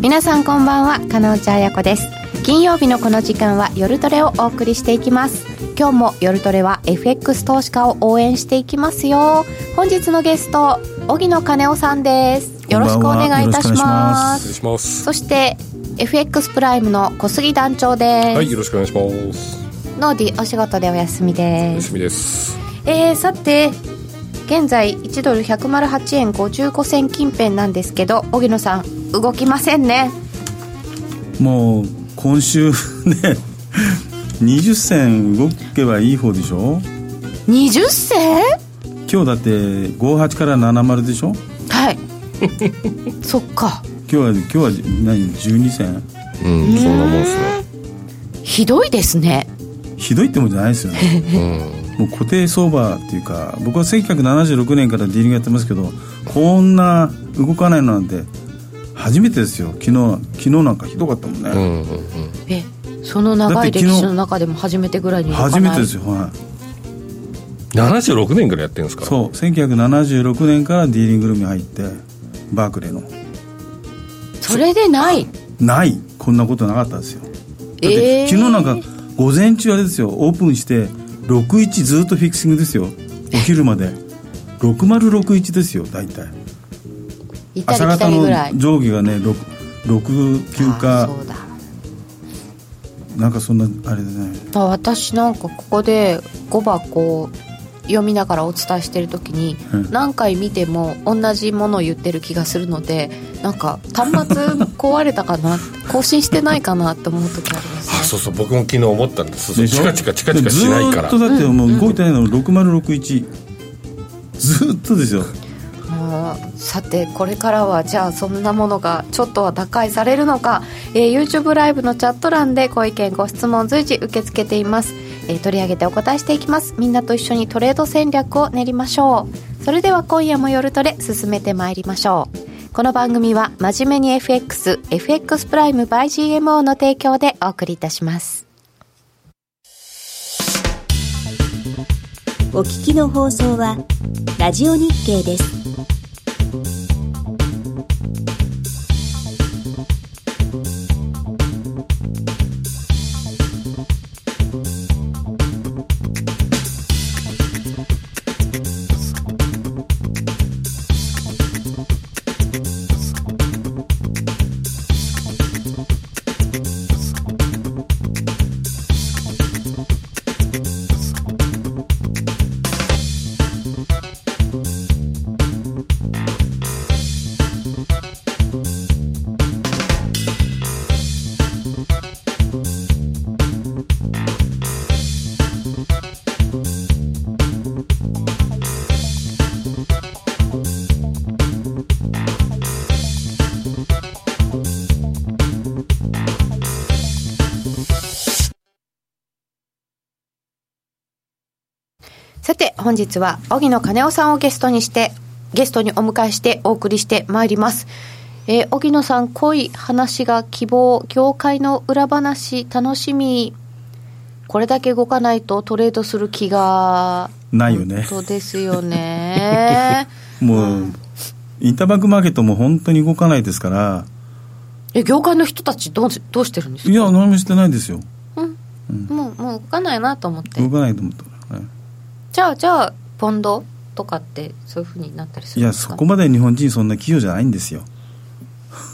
皆さんこんばんは金内彩子です金曜日のこの時間は夜トレをお送りしていきます今日も夜トレは FX 投資家を応援していきますよ本日のゲスト荻野金夫さんですよろしくお願いいたしこんばんはまよす失礼します。そして FX プライムの小杉団長です、はい、よろしくお願いします。ノーディお仕事でお休みで楽すしみです。えー、さて現在1ドル108円55銭近辺なんですけど荻野さん動きませんねもう今週ね20銭動けばいい方でしょ20銭今日だって58から70でしょはい そっか今日は今日は何12銭うん、そんなもんですね。ひどいですねひどいってもんじゃないですよね もう固定相場っていうか僕は1976年からディーリングやってますけどこんな動かないのなんて初めてですよ昨日昨日なんかひどかったもんね、うん、うん、うん。えその長い歴史の中でも初めてぐらいに動かな初いめてですよはい七十六年からやってるんですか。そう1976年からディーリングルームに入ってバークレーのそれでないないこんなことなかったですよだって、えー昨日なんか午前中あれですよオープンして61ずっとフィクシングですよお昼まで6061ですよ大行っ体たり朝来た方りぐらいの上下がね6 69あかそうだなんかそんなあれでねあ私なんかここで5箱を読みながらお伝えしてる時にうん何回見ても同じものを言ってる気がするのでなんか端末壊れたかな更新してないかなって思う時ありまあ、すそうそう、僕も昨日思ったんです。そうでしそうょチカチカチカチカしないからずー。っとだってもう動いてないの6061ずーっとですよねもうさてこれからはじゃあそんなものがちょっとは打開されるのか、えー YouTube ライブのチャット欄でご意見ご質問随時受け付けています、えー取り上げてお答えしていきますみんなと一緒にトレード戦略を練りましょうそれでは今夜も夜トレ進めてまいりましょうこの番組は真面目に FXFX プライム by GMO の提供でお送りいたしますお聞きの放送はラジオ日経です。さて本日は荻野金夫さんをゲストにしてゲストにお迎えしてお送りしてまいりますえー荻野さん濃い話が希望業界の裏話楽しみこれだけ動かないとトレードする気がないよね本当ですよ ねもうインターバンクマーケットも本当に動かないですからえ業界の人たちどうどうしてるんですいかや何もしてないですよもうもう動かないなと思って動かないと思ったら、はいじゃあじゃあポンドとかってそういうふうになったりすいるんやですそかこまで日本人そんな器用じゃないんですよ、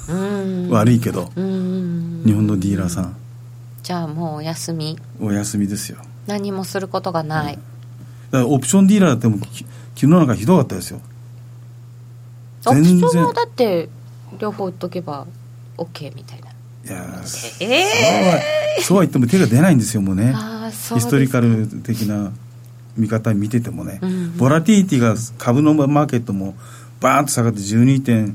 そこうん悪いけどうん日本のディーラーさんじゃあもうお休みお休みですよだか何もすることがない、らオプションディーラーだってもうき昨日なんかひどかったですよオプシ全ョン然もだって両方言っとけば OK みたいないやーそええうはそうは言っても手が出ないんですよもうねああそうでヒすストリカル的な見方見ててもね、うんボラティリティが株のマーケットもバーンと下がって12.58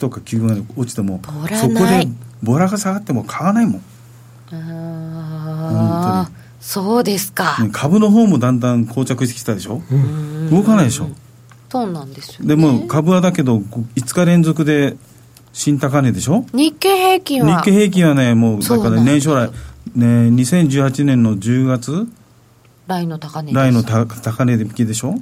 とか9ぐらいに落ちてもボラそこなでいボラが下がっても買わないもんああそうですか、ね株の方もだんだん膠着してきたでしょ、動かないでしょ、そうなんですよでもう株はだけどこう5日連続で新高値でしょ日経平均日は経平均はねもうそだうなかんでらす年初来ね2018年の10月来の高値です来の高高値引きでしょ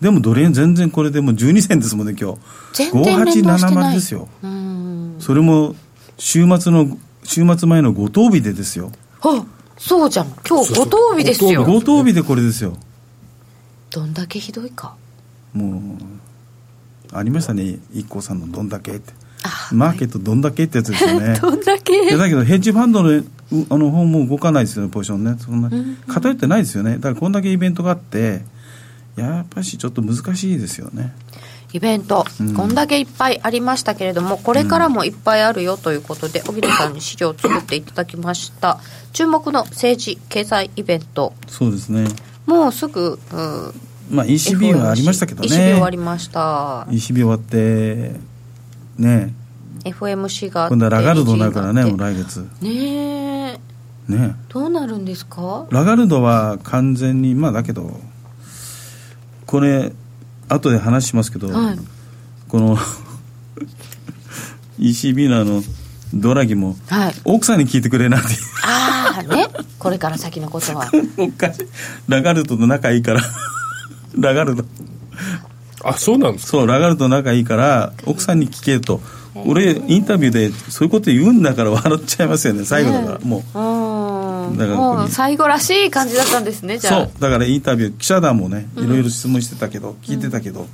でもドル円全然これでもう12銭ですもんね今日全然連動してない5870ですようんそれも週末の週末前の五等日でですよあそうじゃん今日そうそうご当日ですよ五等日でこれですよどんだけひどいかもうありましたね IKKO さんのどんだけってあマーケットどんだけってやつですよ ねどんだけいやだけどヘッジファンドのうあの方も動かないですよねポジションねそんな偏ってないですよねだからこんだけイベントがあってやっぱしちょっと難しいですよねイベント、うんこんだけいっぱいありましたけれどもこれからもいっぱいあるよということで荻野、さんに資料を作っていただきました注目の政治経済イベントそうですねもうすぐ、うん、まあ ECB はありましたけどね ECB 終わりました ECB 終わってね FMC があって今度はラガルドになるからね ECB もうがあっ来月てねえねどうなるんですかラガルドは完全にまあだけどこれ後で話しますけど、はいこの ECB のあのドラギもはい奥さんに聞いてくれなんてああねこれから先のこと はおかしいラガルドと仲いいからラガルドあそうなんですかそうラガルドと仲いいから奥さんに聞けと俺インタビューでそういうこと言うんだから笑っちゃいますよね最後だから、もううーんだからここもうに最後らしい感じだったんですねじゃあそうだからインタビュー記者団もねいろいろ質問してたけど、聞いてたけど、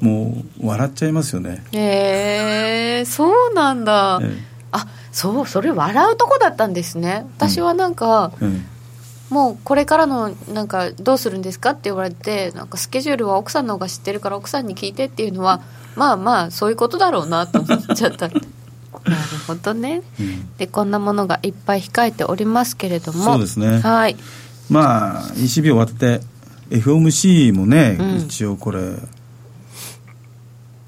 もう笑っちゃいますよねへえそうなんだ、ええあそうそれ笑うとこだったんですね私はなんか、うんもうこれからのなんかどうするんですかって言われてなんかスケジュールは奥さんの方が知ってるから奥さんに聞いてっていうのはまあまあそういうことだろうなと思っちゃ ったなるほどね、でこんなものがいっぱい控えておりますけれどもそうですねはいまあ ECB 終わって FOMC もね、うん一応これ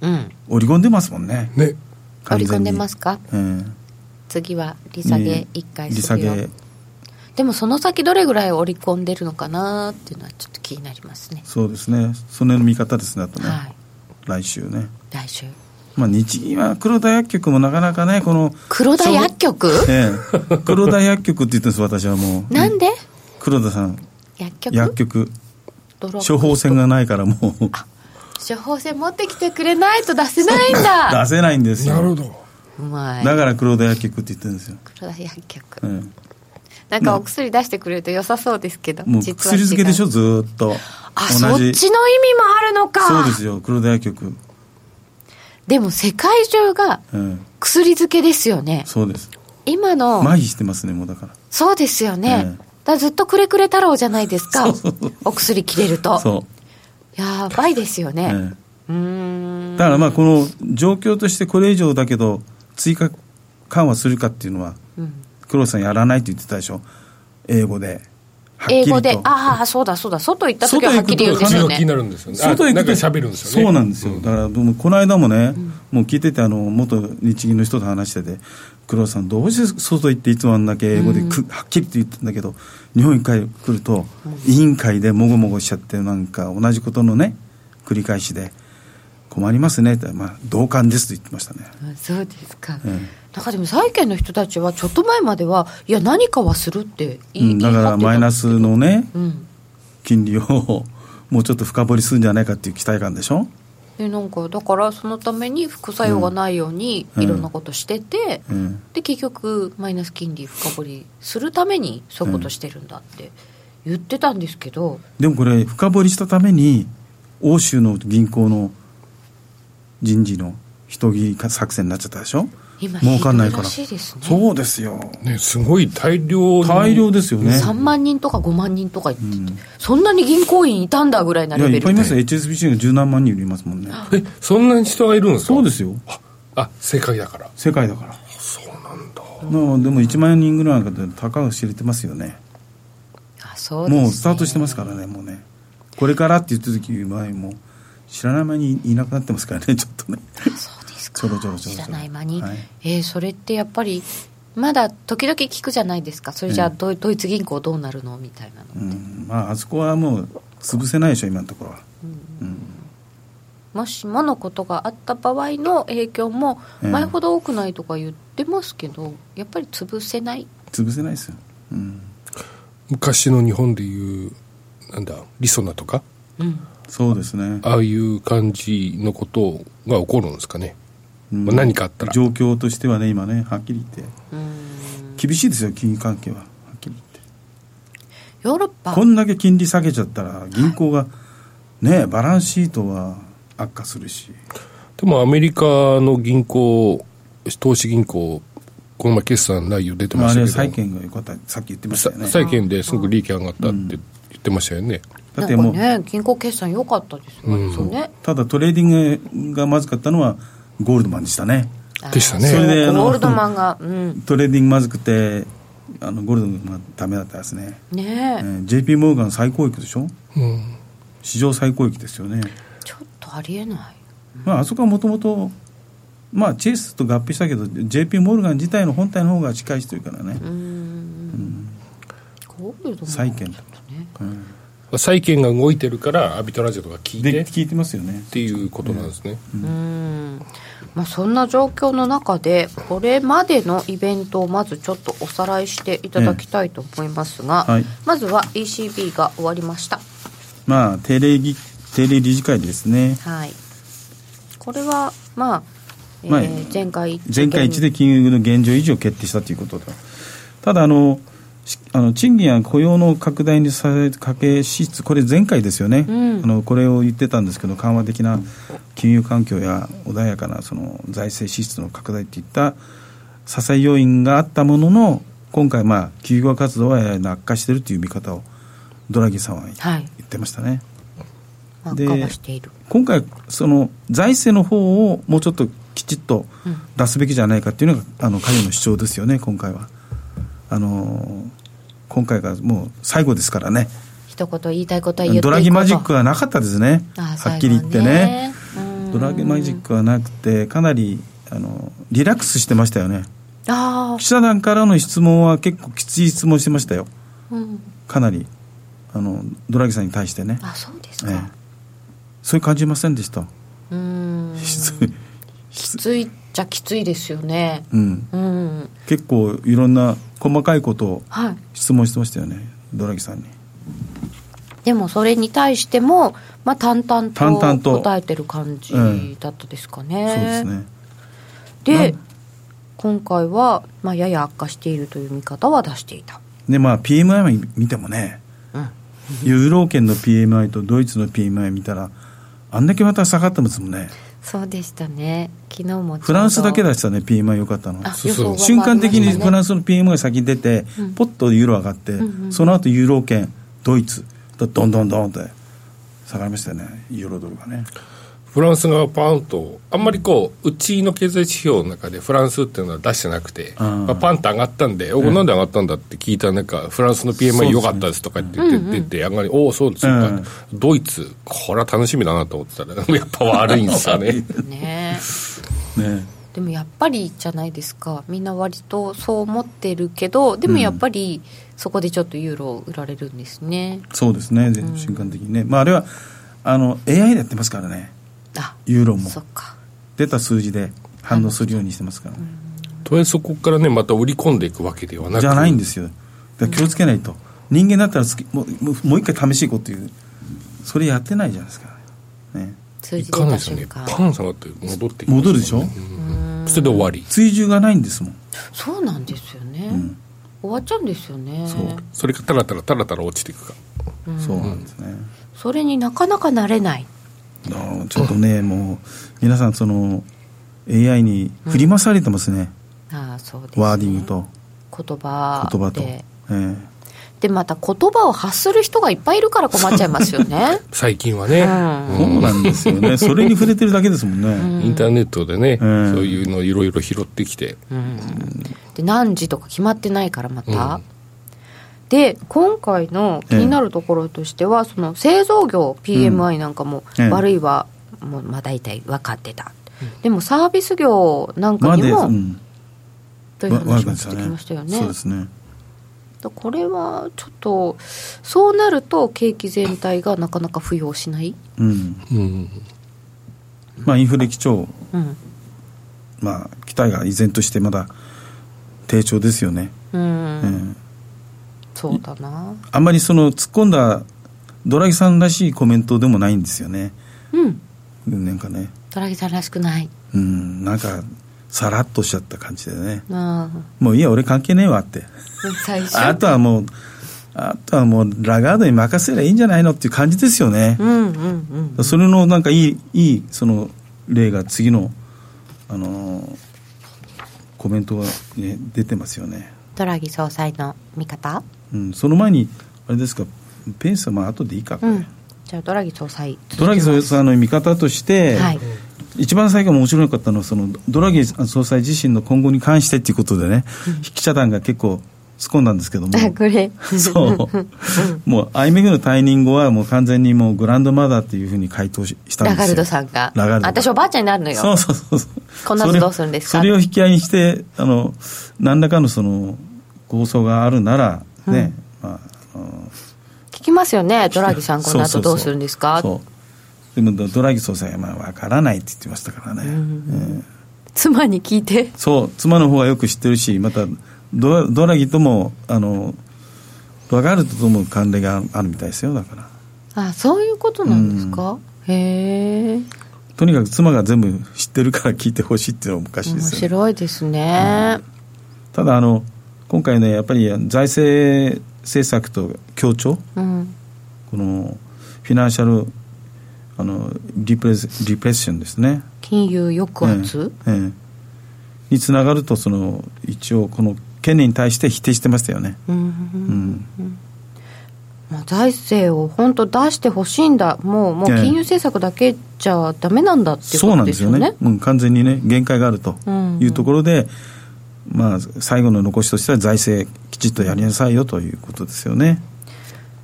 うん織り込んでますもんねね取り組んでますか完全に次は利ええ下げ1回利す下るよげでもその先どれぐらい織り込んでるのかなっていうのはちょっと気になりますね。そうですねその見方ですねあとね、はい、来週ね来週。まあ日銀は黒田薬局もなかなかねこの黒田薬局ええ黒田薬局って言ってるんです私はもうなんで黒田さん薬局薬局ドロップ処方箋がないからもう処方箋持ってきてくれないと出せないんだ 出せないんですよなるほどうまいだから黒田薬局って言ってるんですよ、黒田薬局、えなんかお薬出してくれると良さそうですけどえもう実は薬漬けでしょ違うずーっとあそっちの意味もあるのかそうですよ黒田薬局、でも世界中がええ薬漬けですよねそうです今の麻痺してますねもうだからそうですよね、ええだからずっとくれくれ太郎じゃないですかお薬切れるとそやばいですよう、ね、ええうーんだからまあこの状況としてこれ以上だけど追加緩和するかっていうのは黒田さんやらないって言ってたでしょ英語ではっきり英と語でああそうだそうだ外行った時ははっきり言うんです口よが気ねになるんですよねあ外行なくんとか喋るんですよねそうなんですよ、だからもうこの間もね、もう聞いててあの元日銀の人と話してて黒田さんどうして外行っていつもあんだけ英語でく、はっきりって言ってんだけど日本に帰来ると委員会でもごもごしちゃってなんか同じことのね繰り返しで困りますねって、まあ、同感ですと言ってましたねうんそうですか、えなんかでも債券の人たちはちょっと前まではいや何かはするってう言い,、ん、だからマイナスのねうん金利をもうちょっと深掘りするんじゃないかっていう期待感でしょ、でなんかだからそのために副作用がないようにうんいろんなことしてて、うん、で結局マイナス金利深掘りするためにそういうことしてるんだって言ってたんですけど、でもこれ深掘りしたために欧州の銀行の人事の人切り作戦になっちゃったでしょ今儲かんないひかどらいらしいですねそうですよねすごい大量に大量ですよね3万人とか5万人とか言ってて、そんなに銀行員いたんだぐらいないやレいベっぱいルいでますよ HSBC が十何万人いますもんねえそんなに人がいるんですかそうですよあ世界だから世界だからそうなんだなあでも1万人ぐらいなんかでたかが知れてますよねあそうですねもうスタートしてますからねもうねこれからって言った時前も知らない間にいなくなってますからねちょっ とねそうですかちょろちょろちょろ知ちょろらない間に、はいえーそれってやっぱりまだ時々聞くじゃないですかそれじゃあうんド,、ドイツ銀行どうなるのみたいなの、うんまああそこはもう潰せないでしょ今のところはもしものことがあった場合の影響もうん前ほど多くないとか言ってますけど、やっぱり潰せない潰せないですよ、うん、昔の日本でいうなんだりそなとかそうですねああいう感じのことが起こるんですかね、うんまあ、何かあったら状況としてはね今ねはっきり言って厳しいですよ金融関係ははっきり言ってヨーロッパこんだけ金利下げちゃったら銀行がねバランスシートは悪化するしでもアメリカの銀行投資銀行この前決算内容出てままああしたれけは債ど券が良かったさっき言ってましたよねさ債券ですごく利益上がったって言ってましたよね、だってもなうんかね銀行決算良かったですね,、そうねただトレーディングがまずかったのはゴールドマンでしたねでしたねあーそれでそうあのゴールドマンがうんトレーディングまずくてあのゴールドマンがダメだったですね、ねええ、ー JP モルガン最高益でしょうん史上最高益ですよね、ちょっとありえないまあ、あそこはもともとまあチェイスと合併したけど JP モルガン自体の本体の方が近いしというからね、ゴールドマン債券と、うん債券が動いてるからアビトラジオとか聞いてでっ聞いてますよねていうことなんですね、うんまあ、そんな状況の中でこれまでのイベントをまずちょっとおさらいしていただきたいと思いますが、ええはいまずは ECB が終わりました、まあ定例議定例理事会ですねはい、これは、まあえーまあ前回一致前回一致で金融の現状維持を決定したということだただあのしあの賃金や雇用の拡大にされかけ支出これ前回ですよね、んあのこれを言ってたんですけど緩和的な金融環境や穏やかなその財政支出の拡大といった支え要因があったものの今回まあ企業活動はやや悪化しているという見方をドラギさんは言はいってましたね、まあでカバーしている今回その財政の方をもうちょっときちっと出すべきじゃないかっていうのが、あの彼の主張ですよね今回はあのー今回がもう最後ですからね一言言いたいことは言っていこドうとラギマジックはなかったですねあはっきり言ってね最後はねうんドラギマジックはなくてかなりあのリラックスしてましたよねあ記者団からの質問は結構きつい質問してましたよあ、うん、かなりあのドラギさんに対してね、あそうですええか、そういう感じませんでした、うんきついきついっちゃきついですよね うんうん結構いろんな細かいことをはい質問してましたよねドラギさんにでもそれに対しても、まあ、淡々と淡々と答えてる感じうんだったですかそうね。ですねでなん今回は、まあ、やや悪化しているという見方は出していた。でまあ PMI 見てもねうんユーロ圏の PMI とドイツの PMI 見たらあんだけまた下がってますもんねそうでしたね昨日もフランスだけだでしたね PMI 良かったのあそうそう予想が瞬間的にフランンスの PMI が先に出て、ポッとユーロ上がって、うんうんその後ユーロ圏ドイツとどんどんどんって下がりましたよねユーロドルがねフランスがパーンとあんまりこううちの経済指標の中でフランスっていうのは出してなくて、うんまあ、パンと上がったんで、おなんで上がったんだって聞いたらなんかフランスのそうです PMI ね良かったですとかって言って出て上がり、おおそうですよか、ドイツこれは楽しみだなと思ってたら やっぱ悪いんですよね スねねでもやっぱりじゃないですかみんな割とそう思ってるけどでもやっぱりそこでちょっとユーロを売られるんですね、そうですね、瞬間的にね、まあ、あれはあの AI でやってますからね、あユーロもそっか出た数字で反応するようにしてますから、とりあえずそこからねまた売り込んでいくわけではなくじゃないんですよ、だから気をつけないと、人間だったらつきもうもうもう一回試し行こうっていう、それやってないじゃないですか、ね、数字いか出なたいですよ瞬ね間パン下がって戻ってきます戻るでしょ、それで終わり追従がないんですもん、そうなんですよね、ん終わっちゃうんですよねそうそれがたらたらたらたら落ちていくかそうなんですね。それになかなかなれないだからちょっとね、もう、皆さん、その AI に振り回されてますね、ああそうです、ワーディングと言葉で言葉と。ええでまた言葉を発する人がいっぱいいるから困っちゃいますよ ね最近はね、うんそうなんですよね。それに触れてるだけですもんね。インターネットでね、うんそういうのいろいろ拾ってきて、で何時とか決まってないからまた、で今回の気になるところとしては、その製造業 PMI なんかもええ悪いは、もうまあ大体分かってた、でもサービス業なんかまにで、も、うん。というわ話悪かもったしてきましたよねそうですね。だこれはちょっとそうなると景気全体がなかなか浮揚しない、うん。うん、まあ、インフレ基調、うんまあ、期待が依然としてまだ低調ですよね。うんうん。そうだなあんまりその突っ込んだドラギさんらしいコメントでもないんですよねうんなんかねドラギさんらしくないうんなんかさらっとしちゃった感じでねあもういいや俺関係ねえわ ってー最初あとはもうあとはもうラガードに任せりゃいいんじゃないのっていう感じですよね、うんうんうんそれのなんかいいいいその例が次の、あのーコメントが、ね、出てますよね、ドラギ総裁の見方うん、その前にあれですかペンスはまあ後でいいか、こうれんじゃあドラギ総裁ドラギ総裁の見方として、はい一番最後面白かったのはそのドラギ総裁自身の今後に関してっていうことでね、筆記者団が結構突っ込んだんですけどもあこれそう。もう、アイメグの退任後は、もう完全にもうグランドマザーっていうふうに回答ししたんラですよ。ガルドさんがラガルド。私おばあちゃんになるのよそうそうそうそう。こんなのそれをどうするんですかそれを引き合いにして、あの、何らかのその、構想があるなら、ね、まあ、あの聞きますよねドラギさんこのそ後そそどうするんですかそう。でもドドラギ総裁はまあわからないって言ってましたからね、ええ妻に聞いてそう妻の方がよく知ってるしまたドドラギともあのラガルドとも関連があるみたいですよだからあそういうことなんですか、へえとにかく妻が全部知ってるから聞いてほしいっていうのはおかしい面ですよね、白いですね、ただあの今回ねやっぱり財政政策と協調うんこのフィナンシャルあのリプレスリプレッションですね金融抑圧、ええええにつながるとその一応この懸念に対して否定してましたよね、うんうんまあ、財政を本当出してほしいんだもうもうええ金融政策だけじゃダメなんだっていうそうこなとんでですすよよねね、うん、完全にね限界があるとうんうんいうところで、まあ、最後の残しとしては財政きちっとやりなさいよということですよね、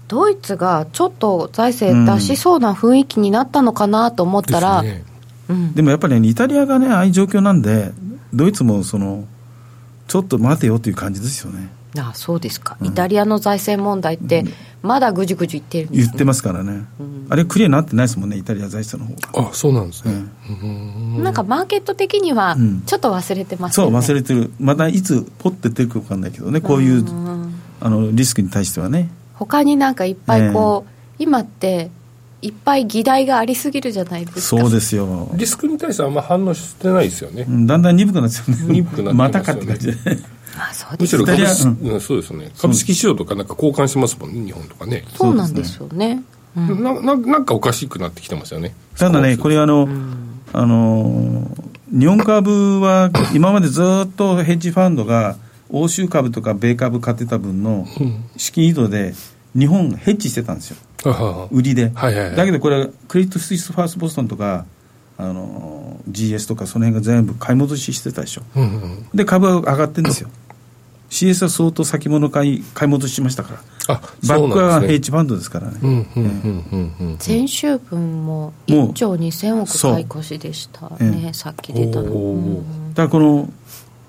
ドイツがちょっと財政出しそうな雰囲気になったのかなと思ったら、ですねうんでもやっぱりね、イタリアがね、ああいう状況なんで、ドイツもその、ちょっと待てよという感じですよね、ああそうですか、イタリアの財政問題ってまだぐじぐじ言ってるんで言す、ね、ってますからね、あれ、クリアになってないですもんね、イタリア財政の方が。あそうなんですね、うんなんかマーケット的にはうんちょっと忘れてますそよう、ね、忘れてる、またいつポッて出るか分かんないけどね、こういううんあのリスクに対してはね、他になんかいっぱいこう、今っていっぱい議題がありすぎるじゃないですかそうですよ、リスクに対してはあんま反応してないですよねう、んだんだん鈍くなっちゃうんで鈍くな ってますよねまたかって感じで、あそうでむすしかろ株イ式、タうんそうですよね株式市場とかなんか交換しますもんね日本とかね、そうなんですよねうんなななんかおかしくなってきてますよねただね、これはあの、あのー日本株は今までずっとヘッジファンドが欧州株とか米株買ってた分の資金移動で日本ヘッジしてたんですよあは売りで、はいはいはいだけどこれクレディット・スイス・ファースト・ボストンとか、あのー GS とかその辺が全部買い戻ししてたでしょうんうん、で株は上がってるんですよ CS は相当先物買い買い戻ししましたからあバそうックなはんヘでッすねジファンドですからね、うんうんうんうんうん先週分ももう1兆2000億そう買い越しでしたえねさっき出たのおーだからこ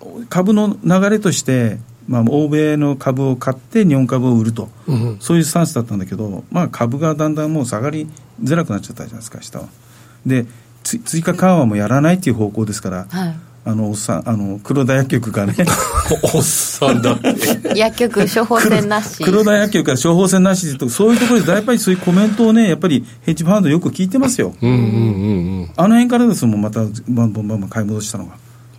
の株の流れとして、まあ、欧米の株を買って日本株を売ると、うんうんそういうスタンスだったんだけど、まあ、株がだんだんもう下がりづらくなっちゃったじゃないですか、下は。で、つ追加緩和もやらないっていう方向ですから、はあのおっさんあの黒田薬局がね、 おっさんだってい薬局処方箋なし黒田薬局から処方箋なしでとそういうところで、やっぱりそういうコメントをね、やっぱりヘッジファンドよく聞いてますよ、うんうんうんうんあの辺からですもん、またバンバンバンバン買い戻したのが、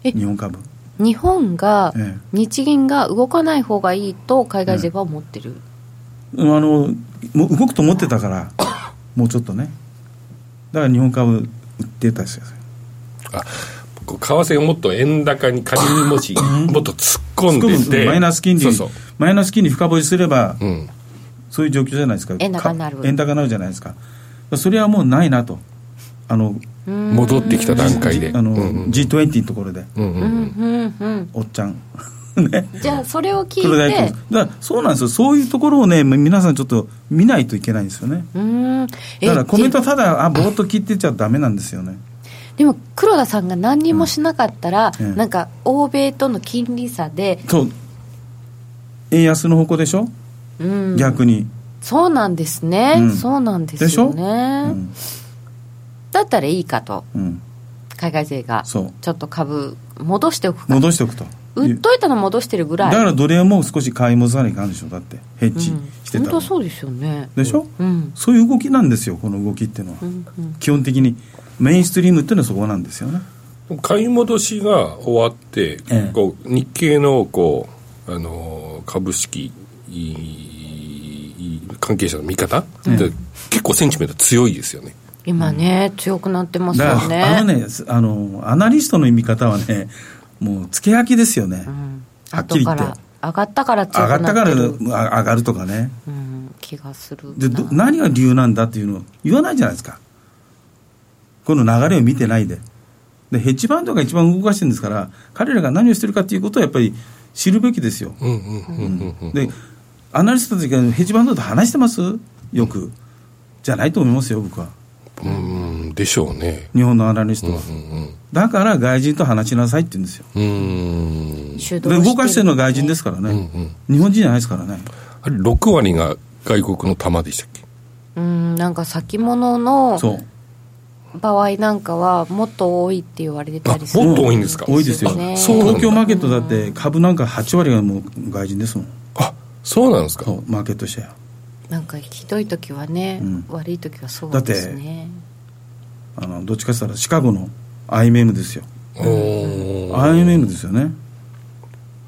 え日本株。日本がええ日銀が動かない方がいいと海外勢は思ってる、うんあのもう動くと思ってた からもうちょっとねだから日本株売ってたんですよあこう為替がもっと円高に仮にもしもっと突っ込んで含てむマイナス金利そうそうマイナス金利深掘りすれば、うんそういう状況じゃないですか円高になるか円高になるじゃないですかそれはもうないなとあの戻ってきた段階であの、うんうん G20 のところでうんうんうんうんうんおっちゃん ねじゃあそれを聞い黒田て役だからそうなんですよそういうところをね皆さんちょっと見ないといけないんですよねうーんえだからコメントはでただあぼーっと聞いてちゃダメなんですよねでも黒田さんが何にもしなかったら、うんなんか欧米との金利差で、そう円安の方向でしょ、うん、逆に、そうなんですね、うんそうなんですでしょよね、うんだったらいいかとうん、海外勢がそうちょっと株戻しておくか戻しておくと売っといたの戻してるぐらだいから奴隷はもう少し買い戻さないかんでしょだってヘッジして本た当ら、そうですよねでしょ、うんそういう動きなんですよこの動きっていうのは、うんうん基本的にメインストリームっていうのはそこなんですよね買い戻しが終わって、ええこう日経のこう、あのー株式いい関係者の見方、って結構センチメント強いですよね。今ね強くなってますだよから、ねあのねあのアナリストの見方はねもうつけ焼きですよね、うんはっきり言って後から上がったから強上くなっがてったるからあ上がるとかねうん、気がするでどな何が理由なんだっていうのを言わないじゃないですかこの流れを見てないででヘッジファンドが一番動かしてるんですから彼らが何をしてるかっていうことはやっぱり知るべきですよ、うんうんうんうんうんでアナリストたちがヘッジファンドと話してますよくじゃないと思いますよ僕はうんうんでしょうね。日本のアナリストは、うんだから外人と話しなさいって言うんですようんうん主で導動かしてるのは外人ですすからね、うんうん日本人じゃないですからねあれ6割が外国の玉でしたっけうんなんか先物のそう場合なんかはもっと多いって言われてたりすあるもっと多いんですか多いですよそうですね東京マーケットだって株なんか8割がもう外人ですもんあそうなんですかそうマーケットシェアなんかひどい時はね、うん悪い時はそうですねあのどっちかって言ったらシカゴの IMM ですよおー IMM ですよね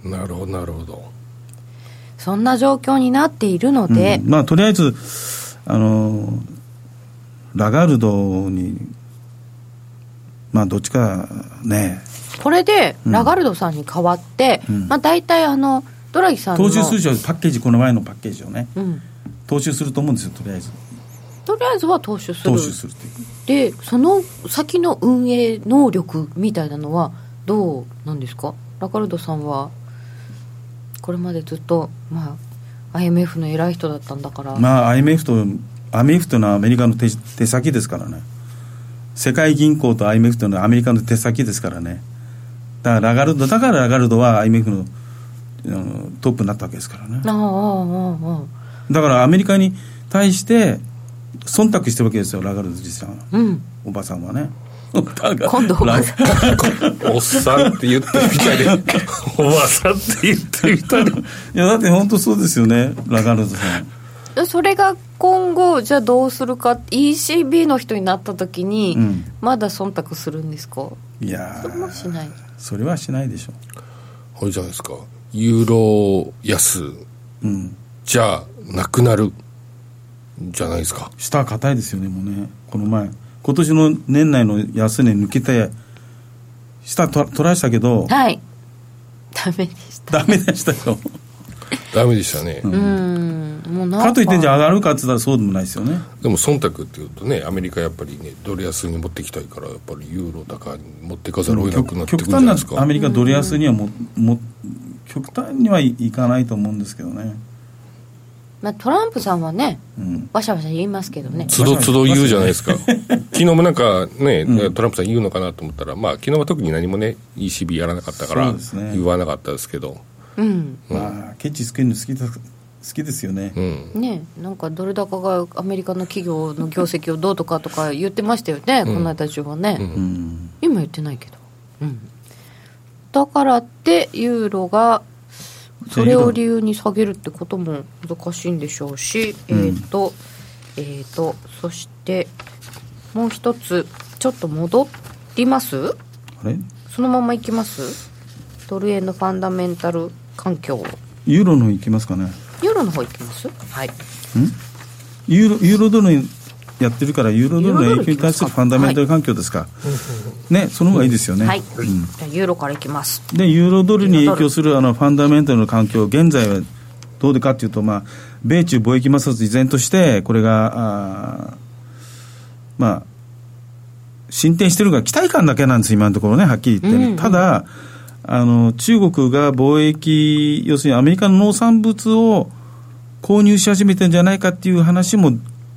なるほどなるほどそんな状況になっているので、うんまあとりあえずあのラガルドにまあどっちかねこれでうんラガルドさんに代わって、うんまあ、大体あのドラギさんの投資数字はパッケージこの前のパッケージをねうん、投資すると思うんですよとりあえずとりあえずは投資する投資するっていうでその先の運営能力みたいなのはどうなんですかラカルドさんはこれまでずっと、まあ、IMF の偉い人だったんだから、まあ IMF と IMF というのはアメリカの手手先ですからね世界銀行と IMF というのはアメリカの手先ですからねだからラガルドだからラガルドは IMF のあのトップになったわけですからねあああああだからアメリカに対して忖度してるわけですよラガルド実さんはあうんおばさんはねだから今度ラおっさんって言ってみたいでおばさんって言ってみたいでいやだって本当そうですよねラガルドさんで それが今後じゃあどうするか ECB の人になった時に、うんまだ忖度するんですかいやそれもしーないそれはしないでしょあれじゃないですかユーロ安ううんじゃなくなるじゃないですか下硬いですよねもうねこの前今年の年内の安値抜けて下とトライしたけどはいダメでしたダメでしたよダメでしたね、うんもうなんかといってじゃあ上がるかっつったらそうでもないですよねでも忖度っていうとねアメリカやっぱりねドル安に持ってきたいからやっぱりユーロ高に持っていかざるを得なくなってくる極じゃない端ですかなアメリカドル安にはもも極端にはいいかないと思うんですけどねまあ、トランプさんはねうんわしゃわしゃ言いますけどねつどつど言うじゃないですか、昨日もなんかね、トランプさん言うのかなと思ったら、まあ昨日は特に何もね、ECB やらなかったからそうです、ね言わなかったですけど、うんまあケチつけるの好きだ好きですよねうん、ねなんかドル高がアメリカの企業の業績をどうとかとか言ってましたよね、この間中はね、うんうん今言ってないけど、うん、だからってユーロがそれを理由に下げるってことも難しいんでしょうし、うんえっ、とえっ、とそしてもう一つちょっと戻りますあれそのままいきますドル円のファンダメンタル環境ユーロの方行きますかねんユーロの方いきますはいユーロユーロドルやってるからユーロドルの影響に対するファンダメンタル環境ですか、ねその方がいいですよね、はい、うんじゃあユーロからいきますでユーロドルに影響するあのファンダメンタルの環境、現在はどうでかっていうと、まあ、米中貿易摩擦依然として、これが、あーまあ、進展してるが、期待感だけなんです、今のところね、はっきり言ってね、うんうんただあの、中国が貿易、要するにアメリカの農産物を購入し始めてんじゃないかっていう話も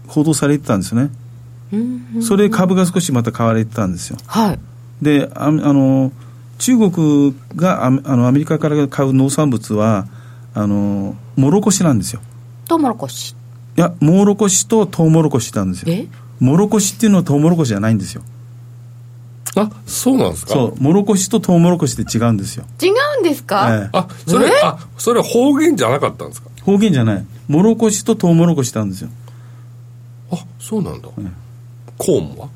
報道されてたんですよね、それで株が少しまた買われてたんですよ。はいでああの中国がああのアメリカから買う農産物はあのもろこしなんですよトウモロコシいやもろこしとトウモロコシなんですよえもろこしっていうのはトウモロコシじゃないんですよあそうなんですかそうもろこしとトウモロコシって違うんですよ、違うんですか、ええあそれえあそれは方言じゃなかったんですか方言じゃないもろこしとトウモロコシってあるんですよあそうなんだ、んコーンは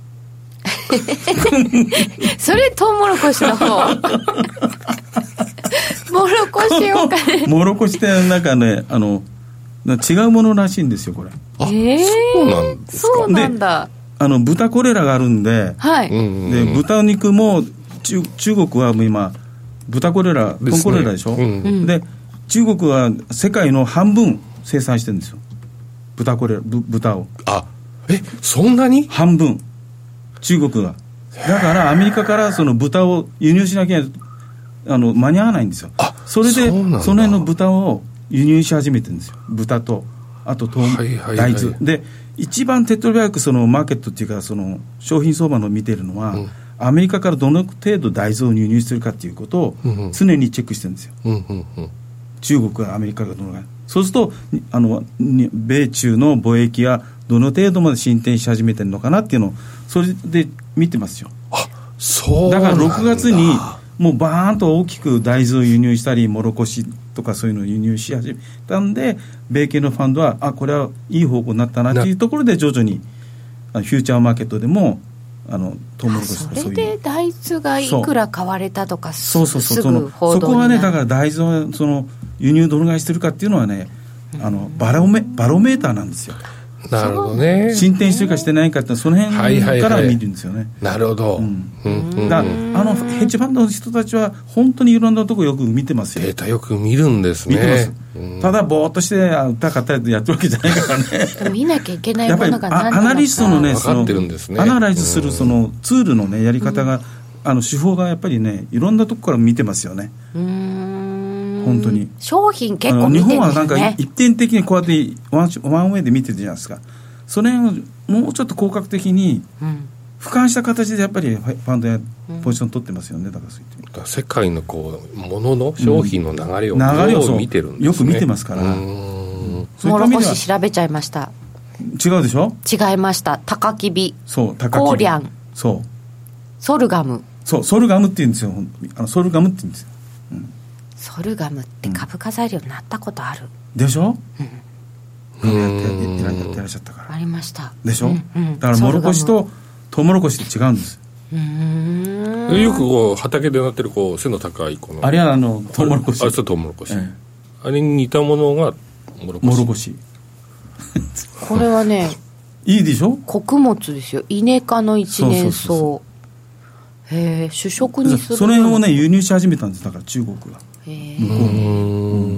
それトウモロコシの 方モロコシをか ねもろこしってなんかねあのな違うものらしいんですよこれあ、えーそうなんですかそうなんだあの豚コレラがあるんではい、うんうんで豚肉も中中国はもう今豚コレラすね豚コレラでしょうんうで中国は世界の半分生産してるんですよ豚コレラぶ豚をあえそんなに半分中国がだからアメリカからその豚を輸入しなきゃあの間に合わないんですよあそれでそうそなんだの辺の豚を輸入し始めてるんですよ豚とあととうはいはいは大い豆で一番手っ取り早くそのマーケットっていうかその商品相場の見てるのは、うんアメリカからどの程度大豆を輸入するかっていうことをうんうん常にチェックしてるんですようんうんうん中国がアメリカがどのぐらいそうするとにあのに米中の貿易がどの程度まで進展し始めてるのかなっていうのをそれで見てますよあそうなだんから6月にもうバーンと大きく大豆を輸入したりもろこしとかそういうのを輸入し始めたんで米系のファンドはあこれはいい方向になったなっていうところで徐々にあのフューチャーマーケットでもあのトウモロコシそとかれそういうで大豆がいくら買われたとかすそうそうそうすそぐの報そ道こになはるねだから大豆をその輸入どのぐらいしてるかっていうのはねあのバロメバロメーターなんですよなるほどね進展してるかしてないかってそのはい辺はいはいから見るんですよね、なるほど、うんうんうんだからあのヘッジファンドの人たちは本当にいろんなとこよく見てますよデータよく見るんですね見てます、うんただぼーっとしてあ歌買ったりやってるわけじゃないからねでも見なきゃいけないやっもぱりのが何な あのアかナリストのね分そかのってるんですねアナライズするそのツールのねやり方が、あの手法がやっぱりねいろんなとこから見てますよねうーん本当に商品結あ構の見日てるんですね本はなんか一点的にこうやってワンシワンウェイで見てるじゃないですかそれをもうちょっと広角的にうん俯瞰した形でやっぱりファファンドやポジション取ってますよねだからそう言って世界のこうものの商品の流れをうん流れをどそうう見てるんです、ね、よく見てますからうんそういもっろた意味こではし調べちゃいました違うでしょ違いました高きびそう高木コーリャンそうソルガムそうソルガムって言うんですよほんあのソルガムって言うんですよソルガムって株価材料になったことある、でしょうんやってやってやってらっしゃったからありましたでしうょ、んうんだからもろこしとトウモロコシって違うんですうーんでよくこう畑でなってるこう背の高いこのあれはあのトウモロコシあれそうトウモロコシ、えあれに似たものがモロコもシろこしこれはねいいでしょ穀物ですよイネ科の一年草そうそうへえ主食にするその辺をね輸入し始めたんですだから中国がへえ向こう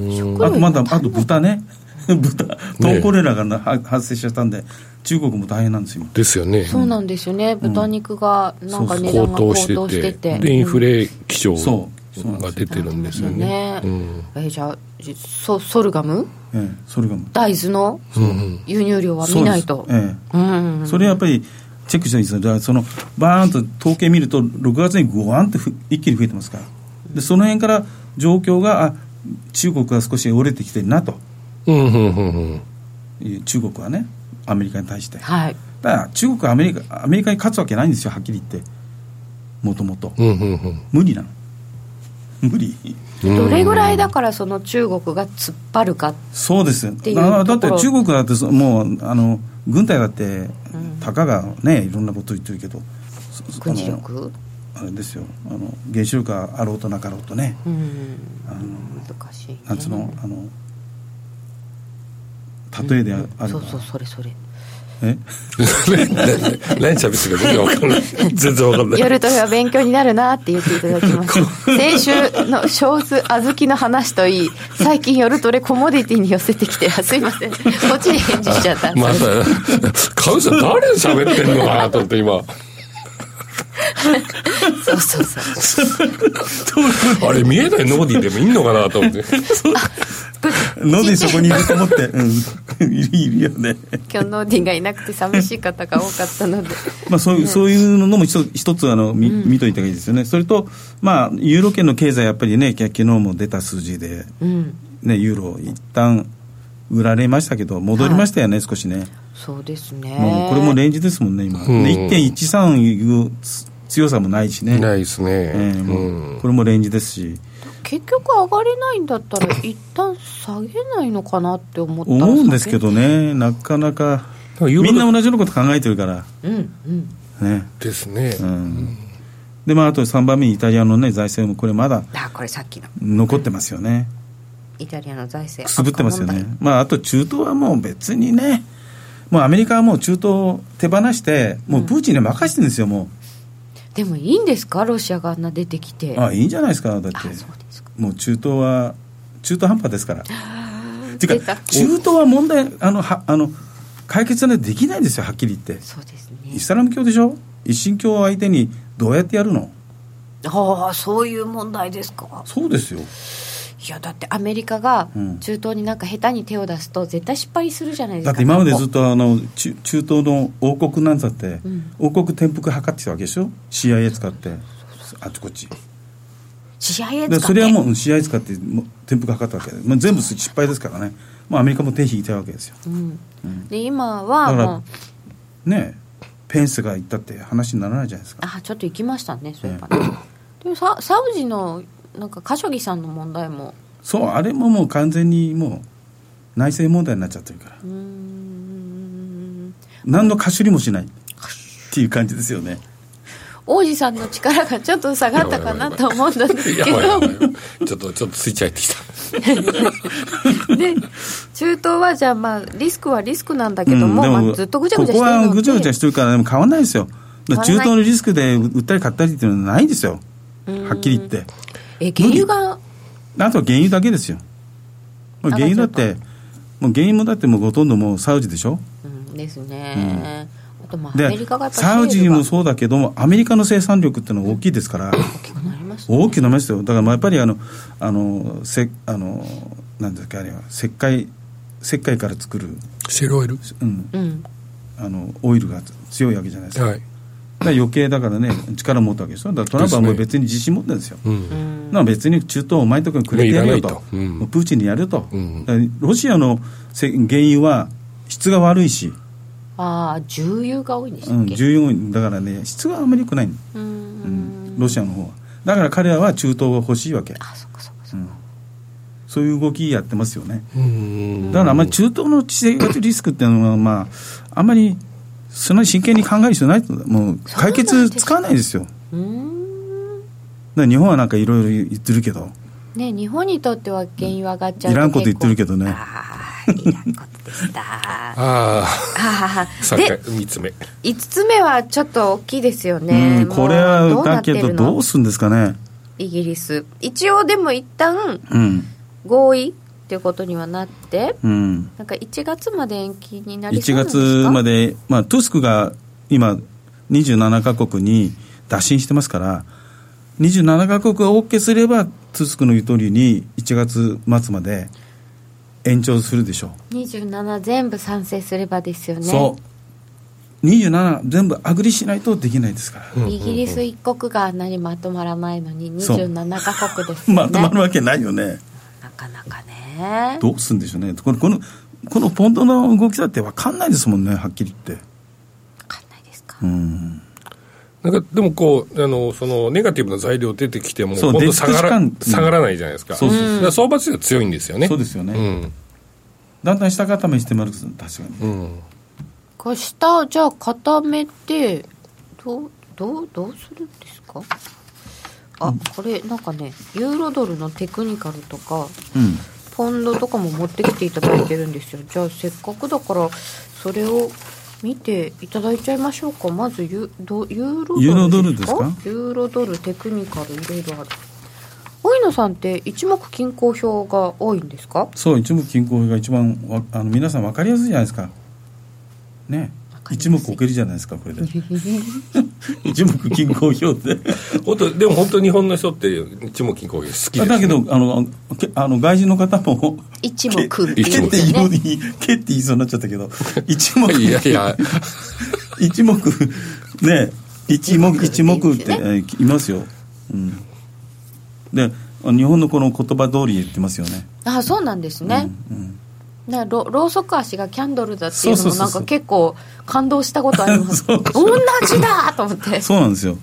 に食料あとまだあ足とんない豚ね 豚トンコレラがなは発生しちゃったんで中国も大変なんですよですよねそうなんですよね、豚肉がなんか値高段が高騰騰しててしててでインフレ気象そうそうなんですがよ出てるんですよねね、うんえじゃあじソソルガム今、ええ、それがもう大豆の輸入量は見ないとそうですえうえんうんうんそれやっぱりチェックしてるんですよだからそのバーンと統計見ると6月にゴワンってふ一気に増えてますからでその辺から状況があ中国が少し折れてきてるなとうんうんうんうんいう中国はねアメリカに対してだかはいら中国はアメリカアメリカに勝つわけないんですよはっきり言ってもともとうんうんうん無理なの無理どれぐらいだからその中国が突っ張るかそうですていうところだだって中国だってそもうあの軍隊だってたかがねいろんなこと言ってるけどそそ軍事力あのあれですよあの原子力があろうとなかろうとねうんあの難しい、ね、なんつうのあの例えであれば、そうそうそれそ れえ 何喋ってるか僕は分かんない全然分かんない夜とは勉強になるなって言っていただき ました先週の少数小豆の話といい最近夜トレコモディティに寄せてきてあすいませんこっちに返事しちゃったまた川口さん誰喋ってんのかなと思って今そうそうそうあれ見えないノーディーでもいいのかなと思ってのでそこにいると思 って、うん、いるいるよね、今日ノーディンがいなくて寂しい方が多かったのでまあ、そういうそういうのも一つ一つあの見見といた方がいいですよねそれと、まあ、ユーロ圏の経済やっぱりねきゃ昨日も出た数字で、うんね、ユーロ一旦売られましたけど戻りましたよね、少しねそうですねもうこれもレンジですもんね今、んで1.13いうつ強さもないしね、ないですね。えーもううんこれもレンジですし、結局上がれないんだったら一旦下げないのかなって思ったら思うんですけどね、なかなか、ら言うことみんな同じようなこと考えてるから、下げうんうんね。ですね。うんでまあ、あと3番目にイタリアの、ね、財政もこれまだあこれさっきの残ってますよね、イタリアの財政くすぶってますよ悪ね化問、まあ、あと中東はもう別にね、もうアメリカはもう中東を手放して、もうプーチンに任せてるんですよ、も題でもいいんですかロシアがあんな出てきてう、あいいんじゃないですか、だって、あそうですかもう中東は中途半端で すから。ってい出うかた、中東は問題、あのはあの解決なんてできないんですよ、はっきり言って、そうですイねスラム教でしょ、一神教を相手にどうやってやるの、ああそういう問題ですかそうですよ、いやだってアメリカがうん中東になんか下手に手を出すと絶対失敗するじゃないですだかって今までずっととあの中中東の王国なんだって、ん王国転覆図ってきたわけでしょ CIA 使ってあちこち試合へでそれはもう CIA 使ってもう転覆図ったわけで、まあ、全部失敗ですからねもうアメリカも手引いたわけですようんうんで今はだからもうねえペンスが行ったって話にならないじゃないですかあちょっと行きましたねそういえばねでもササウジのなんかカショギさんの問題もそうあれももう完全にもう内政問題になっちゃってるからうーん何のかしりもしないっていう感じですよね王子さんの力がちょっと下がったかなと思うんですけやばいどやばいやばい。ちょっと、ちょっとスイッチ入ってきた。で中東はじゃあまあリスクはリスクなんだけども,、うんまあ、ずっとぐちゃぐちゃしこてこるのはでぐちゃぐちゃしてるからでも変わんないですよだから中変わら東ないのリスクで売ったり買ったりっていうのはないですよはっきり言ってえ原油があとは原油だけですよもう原油だってもう原油もだってもうほとんどもうサウジでしょうんですね、あとまあアメでリカがやっぱりサウジもうそうだけどもアメリカの生産力っていうのは大きいですから大きくなりますね大きな目ですよだからまあやっぱりあのあのせあのなんだっけあれは石灰石灰から作る、シェルオイルうん、うんあのオイルが強いわけじゃないですかはい。だから余計だからね、力持ったわけでしょ、だからトランプはもう別に自信持ってるんですよ、う。うんんな別に中東、お前のとこにくれてやるよいらとな、いとうんもうプーチンにやるよと、うんだからロシアのせ原油は質が悪いし、ああ重油が多いんでしうたっん、け、 14だからね、質があんまり良くない、うーうんん、ロシアの方は。だから彼らは中東が欲しいわけ、あそっかそっかそっかうん、そういう動きやってますよね。うんだからあんまり中東の地政学リスクっていうのは、まあ、あんまりそんなに真剣に考える必要ないと、もう解決つかないですよ。うーんだから日本はなんかいろいろ言ってるけど、ね日本にとっては原油上がっちゃういらんこと言ってるけどねああいらんことで したああああ、三回、で三つ目。 5つ目はちょっと大きいですよね、うん、これもはうどうなだってけるどのどうするんですかね、イギリス一応でも一旦うん合意っていうことにはなってうん、なんか1月まで延期になりそ1うなんですか月まで、まあ、トゥスクが今、27か国に打診してますから、27か国が OK すれば、トゥスクの言う通りに1月末まで延長するでしょ27全部賛成すればですよう、ねそう、27、全部アグリしないとできないですから。イギリス一国が何まとまらないのにそう27カ国ですよね まとまるわけないよね、なかなかねどうするんでしょうね、このこのこのポンドの動きだって分かんないですもんね、はっきり言っわて。かんないですか、うんなんか、でもこう、あの、その、ネガティブな材料出てきても、そう今度下デがィスらク時間下がらないじゃないですか。そうそうそうだから相場としては強いんですよね。そうですよねうん。だんだん下固めしてます確かにうん、これ下じゃあ固めてどうどうどうするんですかあ、これなんかねユーロドルのテクニカルとかうんポンドとかも持ってきていただいてるんですよじゃあせっかくだからそれを見ていただいちゃいましょうかまずユどユーロドルユーロドルですかユーロドルテクニカルいろいろある大井野さんって一目均衡表が多いんですかそう一目均衡が一番わあの皆さん分かりやすいじゃないですかねわかりやす一い目置けるじゃないですかこれで一目均衡表 で本当でも本当日本の人って一目金衡表好きです、ね、だけどあのけあの外人の方も 一目ってけいうんけっでてすよ言うねにけって言いそうになっちゃったけど一目いやいや一目ね一目一目ってえー言いますよ、うん、で日本のこの言葉通り言ってますよねあそうなんですね、うんなろろうそく足がキャンドルだっていうのそうもそうそうそなうんか結構感動したことあります そう同じだと思ってそうなんですよ。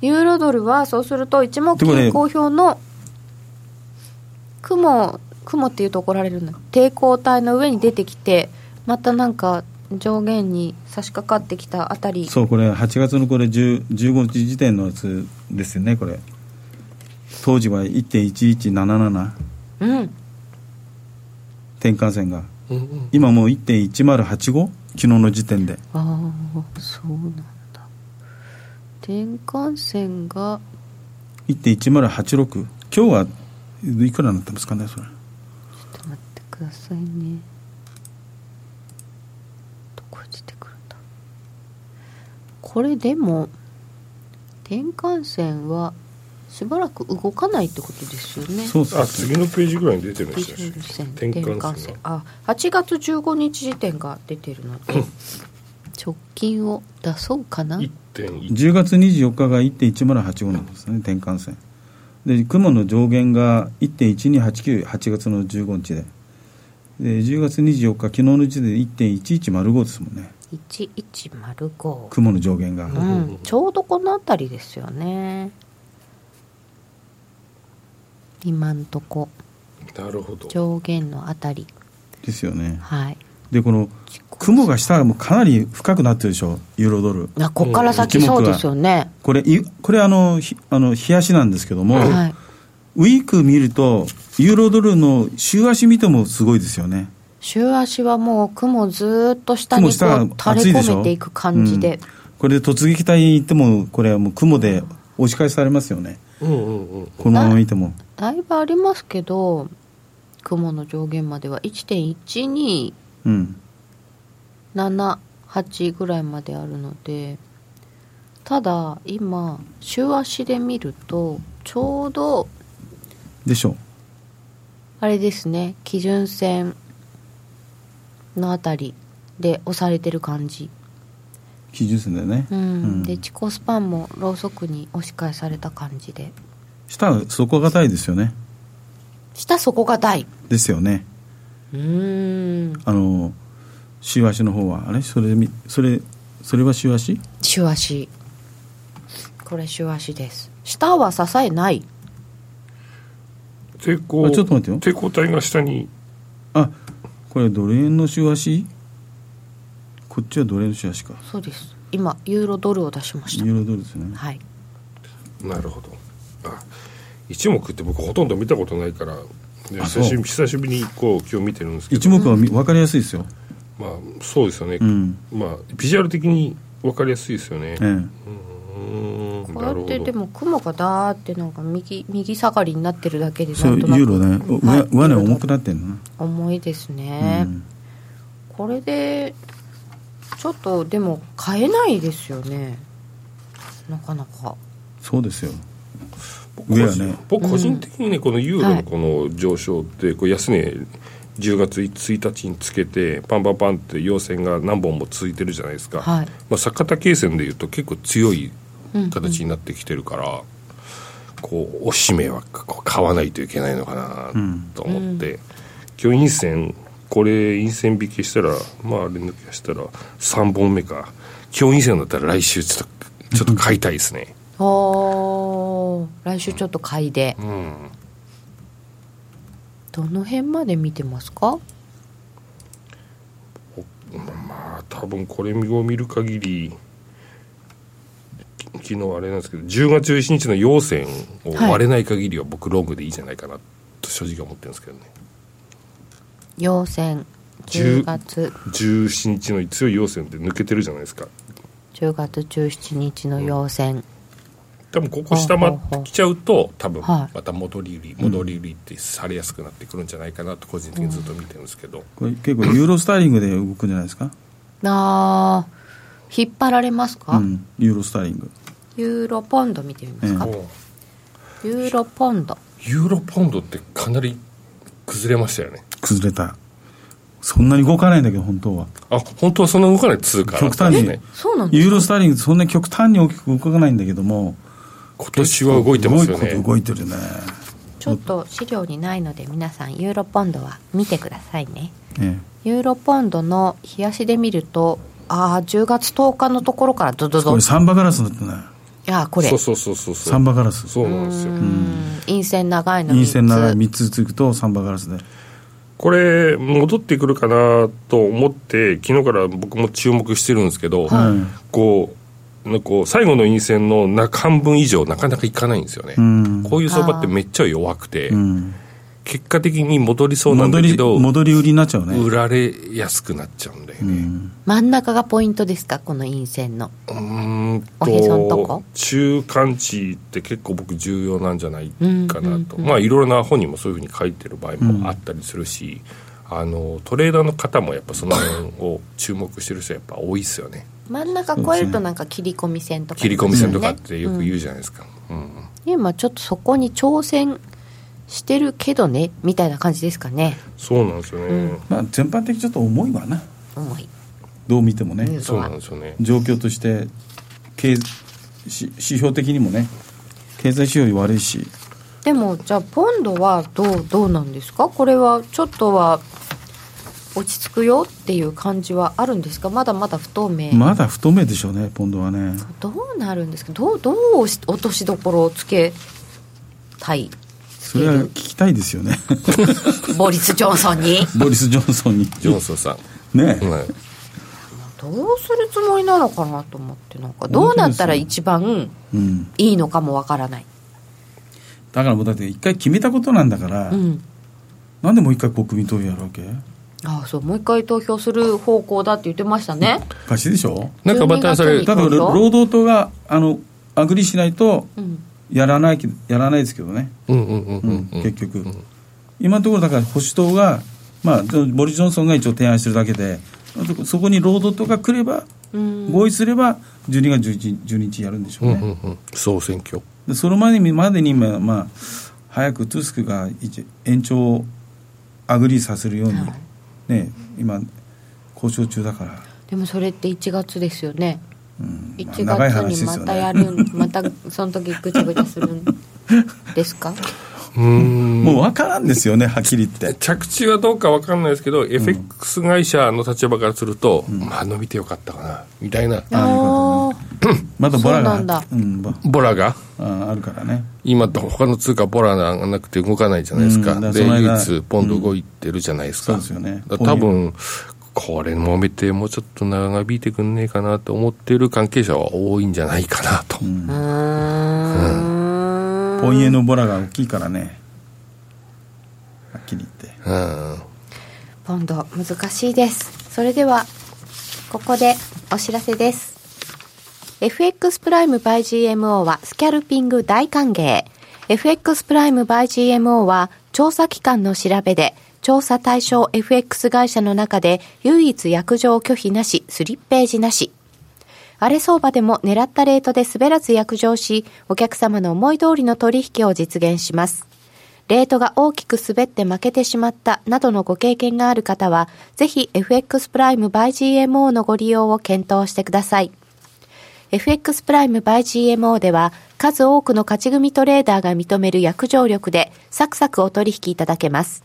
ユーロドルはそうすると一目でも均ね衡表の雲雲っていうと怒られるの抵抗体の上に出てきてまたなんか上限に差し掛かってきたあたりそうこれ8月のこれ10 15日時点のやつですよねこれ当時は1.1177うん転換線がうんうん今 もう1.1085昨日の時点でああそうなんだ転換線が1.1086今日はいくらになってますかねそれちょっと待ってくださいねどこに出てくるんだこれでも転換線はしばらく動かないってことですよねそうそあうそう次のページぐらいに出てるんですよ転換線転転換換線線あ8月15日時点が出てるので直近を出そうかな一点一10月24日が1.1085なんですね転換線で雲の上限が1.12898月の15日でで10月24日昨日の時点で1.1105ですもんね1105雲の上限が、うん、ちょうどこの辺りですよね今んとこなるほど上限のあたりですよねはいでこの雲が下がもうかなり深くなってるでしょユーロドルあこっから先うんそうですよねこれいこれあのひあの冷やしなんですけども、はいウィーク見るとユーロドルの週足見てもすごいですよね週足はもう雲ずーっと下にこう垂雲下暑れいでしょ込めていく感じでうんこれで突撃隊に行ってもこれはもう雲で押し返されますよねうんうんうんこのまま見てもだいぶありますけど雲の上限までは1.1278うんぐらいまであるのでただ今週足で見るとちょうどでしょあれですね基準線のあたりで押されてる感じ基準線でね、うんうんでチコスパンもろうそくに押し返された感じで下は底堅いですよね下底堅いうですよねーんあの週足の方はあれそれみそれそれは週足週足これ週足です下は支えない抵抗あちょっと待って抵抗体が下にあこれドル円の週足こっちはドル円の週足かそうです今ユーロドルを出しましユたーロドルですねはいなるほどあ一目って僕ほとんど見たことないからねあ久しそう久しぶりにこう今日見てるんですけど一目は分かりやすいですよ、まあそうですよね、うんまあビジュアル的に分かりやすいですよね、ええ、うーんこうなやるっほてでども雲がだーってなんか右右下がりになってるだけでそなうんユとなーロねく上,、はい上値ユーロ重くなってるの重いですな、ね、うんこれでちょっとでも買えないですよねなかなかそうですよ僕上個は人ね僕個人的にねこのユーロはのいこの上昇ってこう安値10月1日につけてパンパンパンって陽線が何本も続いてるじゃないですか、はいまあ、坂田経線でいうと結構強い形になってきてるから、こうおしめはこう買わないといけないのかなと思って、今日陰線これ陰線引きしたらまああれ抜けしたら3本目か今日陰線だったら来週ちょっとちょっと買いたいですねおー来週ちょっと買いでうんどの辺まで見てますかまあ多分これを見る限りき昨日あれなんですけど10月11日の陽線をはい割れない限りは僕ロングでいいじゃないかなと正直思ってるんですけどね陽線10 10月17日の強い陽線って抜けてるじゃないですか10月17日の陽線、多分ここ下まってきちゃうと多分はまいた戻り売り戻り売りってされやすくなってくるんじゃないかなと個人的にずっと見てるんですけどこれ結構ユーロスターリングで動くんじゃないですか、あー引っ張られますか、うん、ユーロスターリングユーロポンド見てみますか、うユーロポンドユーロポンドってかなり崩れましたよね崩れたそんなに動かないんだけど本当はあ本当はそんな動かない通貨極端にねそうなんですユーロスターリングってそんなに極端に大きく動かないんだけども今年は動いてますよ結構ね動いてるねちょっと資料にないので皆さんユーロポンドは見てくださいねえユーロポンドの冷やしで見るとああ10月10日のところからドドえこドれサンバガラスになってねいあこれそうそうそうそうそうサンバガラスそうなんですようん陰線長いの陰線長い三3つつくとサンバガラスでこれ戻ってくるかなと思って昨日から僕も注目してるんですけど、こうなんかこう最後の陰線の中半分以上なかなかいかないんですよね、うんこういう相場ってめっちゃ弱くて、うん結果的に戻りそうなん戻だけりど戻り売りになっちゃうね売られやすくなっちゃうんだようね、ん真ん中がポイントですかこの陰線のうーんおへそんとこと中間値って結構僕重要なんじゃないかなと、まあいろいろな本にもそういうふうに書いてる場合もあったりするし、あのトレーダーの方もやっぱその辺を注目してる人はやっぱ多いですよね真ん中超えるとなんか切り込み線とか、切り込み線とかっねてよく言うじゃないですか、うん今ちょっとそこに挑戦してるけどねみたいな感じですかねそうなんですよね、まあ全般的にちょっと重いわな重いどう見てもね、うんそうなんですよね状況として経し指標的にもね経済指標より悪いしでもじゃあポンドはどうどうなんですかこれはちょっとは落ち着くよっていう感じはあるんですかまだまだ不透明、まだ不透明でしょうねポンドはねどうなるんですかどうどうし落としどころをつけたいそれは聞きたいですよねボリス・ジョンソンにボリス・ジョンソンにジョンソンさん、ねえ、はいどうするつもりなのかなと思ってなんかどうなったら一番うん、いいのかもわからない、だからもうだって一回決めたことなんだから、うん、なんでもう一回国民投票やるわけああそうもう一回投票する方向だって言ってましたねおかしいでしょなんかまたそれ12月だかいらいこと労働党があのアグリしないとうんやらないけやらないですけどね、うんうんうんうんうん結局、今のところだから保守党が、まあ、ボリス・ジョンソンが一応提案してるだけでそこに労働党が来ればうん合意すれば12月11 12日やるんでしょううね、んうんうん総選挙でその前にまでに今、まあ、早くトゥスクが一延長をアグリーさせるように、ね、今、交渉中だから、でもそれって1月ですよねうんまあ1長い話月にですよまねたやるん、 またその時ぐちゃぐちゃする んですかうーんもう分からんですよね、はっきり言って。着地はどうか分かんないですけど、FX 会社の立場からすると、まあ伸びてよかったかなみたいなあまだボラがそうなんだうんぼボラがああるからね。今と他の通貨ボラがなくて動かないじゃないですか,、うんだからでその間唯一ポンド動いてるじゃないですか、うんそうですよねだから多分これ揉めてもうちょっと長引いてくんねえかなと思ってる関係者は多いんじゃないかなと、あうーんポンエのボラが大きいからね。はっきり言って。うんポンド難しいですそれではここでお知らせです FX プライム by GMO はスキャルピング大歓迎 FX プライム by GMO は調査機関の調べで調査対象 FX 会社の中で唯一約定拒否なしスリッページなし荒れ相場でも狙ったレートで滑らず約定し、お客様の思い通りの取引を実現します。レートが大きく滑って負けてしまったなどのご経験がある方は、ぜひ FX プライム by GMO のご利用を検討してください。FX プライム by GMO では、数多くの勝ち組トレーダーが認める約定力で、サクサクお取引いただけます。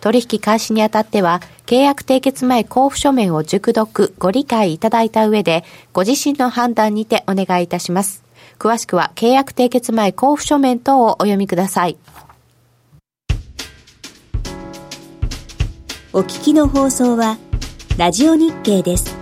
取引開始にあたっては、契約締結前交付書面を熟読、ご理解いただいた上で、ご自身の判断にてお願いいたします。詳しくは、契約締結前交付書面等をお読みください。お聞きの放送はラジオ日経です。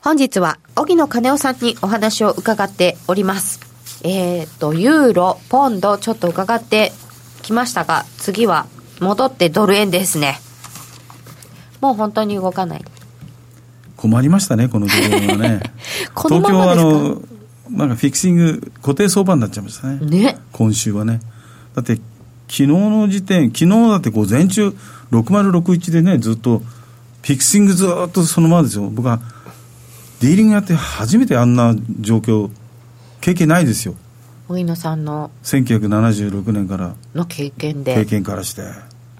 本日は荻野金夫さんにお話を伺っておりますえっ、とユーロポンドちょっと伺ってきましたが次は戻ってドル円ですねもう本当に動かない困りましたねこの状況はね このま東京はまあですかのなんかフィクシング固定相場になっちゃいましたねね今週はねだって昨日の時点昨日だって午前中6061でねずっとフィクシングずーっとそのままですよ僕はディーリングやって初めてあんな状況経験ないですよ荻野さんの1976年からの経験で経験からして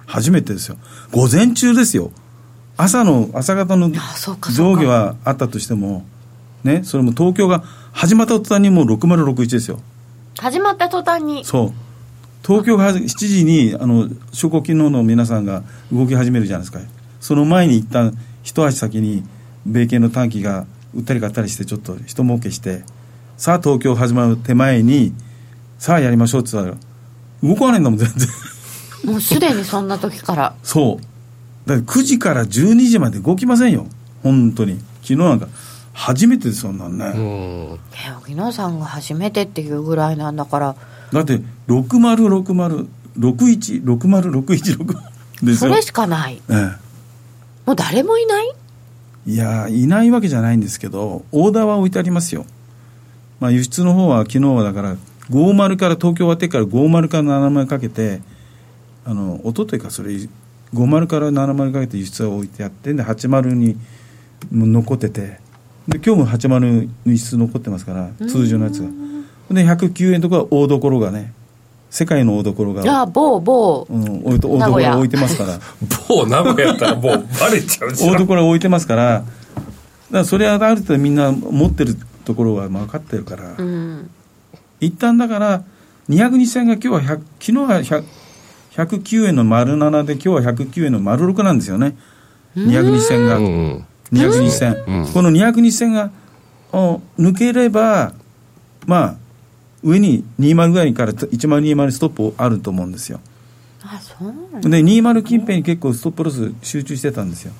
初めてですよ午前中ですよ朝の朝方のあそうかそう上か下はあったとしてもねそれも東京が始まった途端にもう6061ですよ始まった途端にそう東京が7時にあの証拠機能の皆さんが動き始めるじゃないですかその前に一旦一足先に米系の短期が売ったり買ったりしてちょっと人儲けしてさあ東京始まる手前にさあやりましょうって言ったら動かないんだもん全然もうすでにそんな時からそう。だって9時から12時まで動きませんよ。本当に。昨日なんか、初めてです、そんなんね。うんえ荻野さんが初めてっていうぐらいなんだからだって、6060、61、6061、ですそよ。れしかないえもう誰もいないえ、いやーいないわけじゃないんですけど、オーダーは置いてありますよ。まあ、輸出の方は昨日はだから、50から東京終わってから50から70かけて、あの、一昨日かそれ、50から70かけて輸出は置いてあって、で、80にもう残ってて、で、今日も80の輸出残ってますから、通常のやつが。で、109円とか大どころがね、世界の大どころじゃが、あ某某うん、大所名古屋が置いてま すから。某名古屋やったらもうバレちゃう じゃ大ん所置いてますから、だからそれはある程度みんな持ってるところは分かってるから、うん一旦だから、200日線が今日は100、昨日は100 109円の丸7で、今日は109円の丸6なんですよね、200日線が、うん200日線、うんこの200日線がお抜ければ、まあ、上に20ぐらいから1020ストップあると思うんですよ。あそうなんだで20近辺に結構ストップロス集中してたんですよ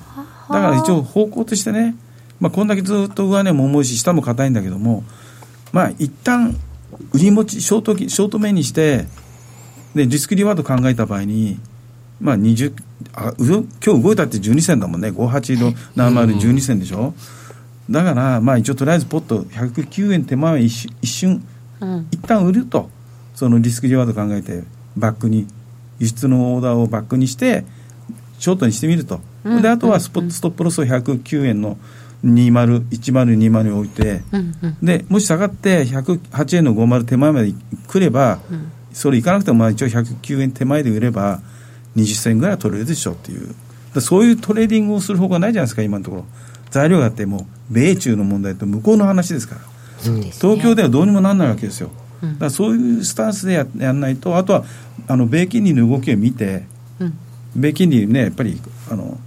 だから一応方向としてね、まあ、こんだけずっと上値も重いし下も硬いんだけどもまあ一旦売り持ちショートショート目にしてでリスクリワード考えた場合にまあ20あう今日動いたって12銭だもんね58の7012銭でしょ、だからまあ一応とりあえずポッと109円手前は一瞬一瞬うん一旦売るとそのリスクリワード考えてバックに輸出のオーダーをバックにしてショートにしてみると、うんであとはスポストップロスを109円の201020を置いて、うんうんでもし下がって108円の50手前まで来れば、んそれいかなくてもまあ一応109円手前で売れば20銭ぐらいは取れるでしょうっていうだそういうトレーディングをする方がないじゃないですか今のところ材料があってもう米中の問題と向こうの話ですからそうですね東京ではどうにもなんないわけですよ、うんだからそういうスタンスでややんないとあとはあの米金利の動きを見てうん米金利ねやっぱりあの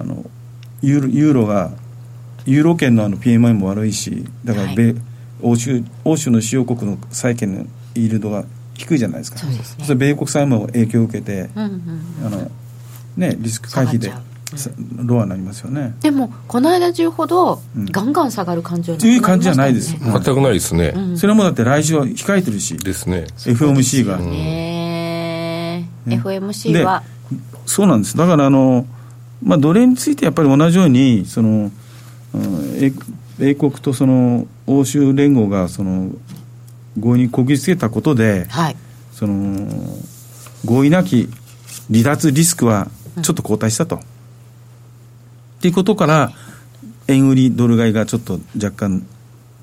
あのユーロユーロがユーロ圏のあの PMI も悪いしだから米、欧州欧州の主要国の債券のイールドが低いじゃないですかそうですねれ米国債も影響を受けて、うんうんあのね、リスク回避で下がっさロアになりますよね。でもこの間中ほどうんガンガン下がる感じはという感じじゃないです。全くないですね、うんそれもだって来週は控えてるし、ですね FOMC が、ねえね FMC はそうなんですだからあの、まあ、奴隷についてやっぱり同じようにその、うん英英国とその欧州連合がその合意にこぎつけたことではいその合意なき離脱リスクはちょっと後退したと。っていうことから円売りドル買いがちょっと若干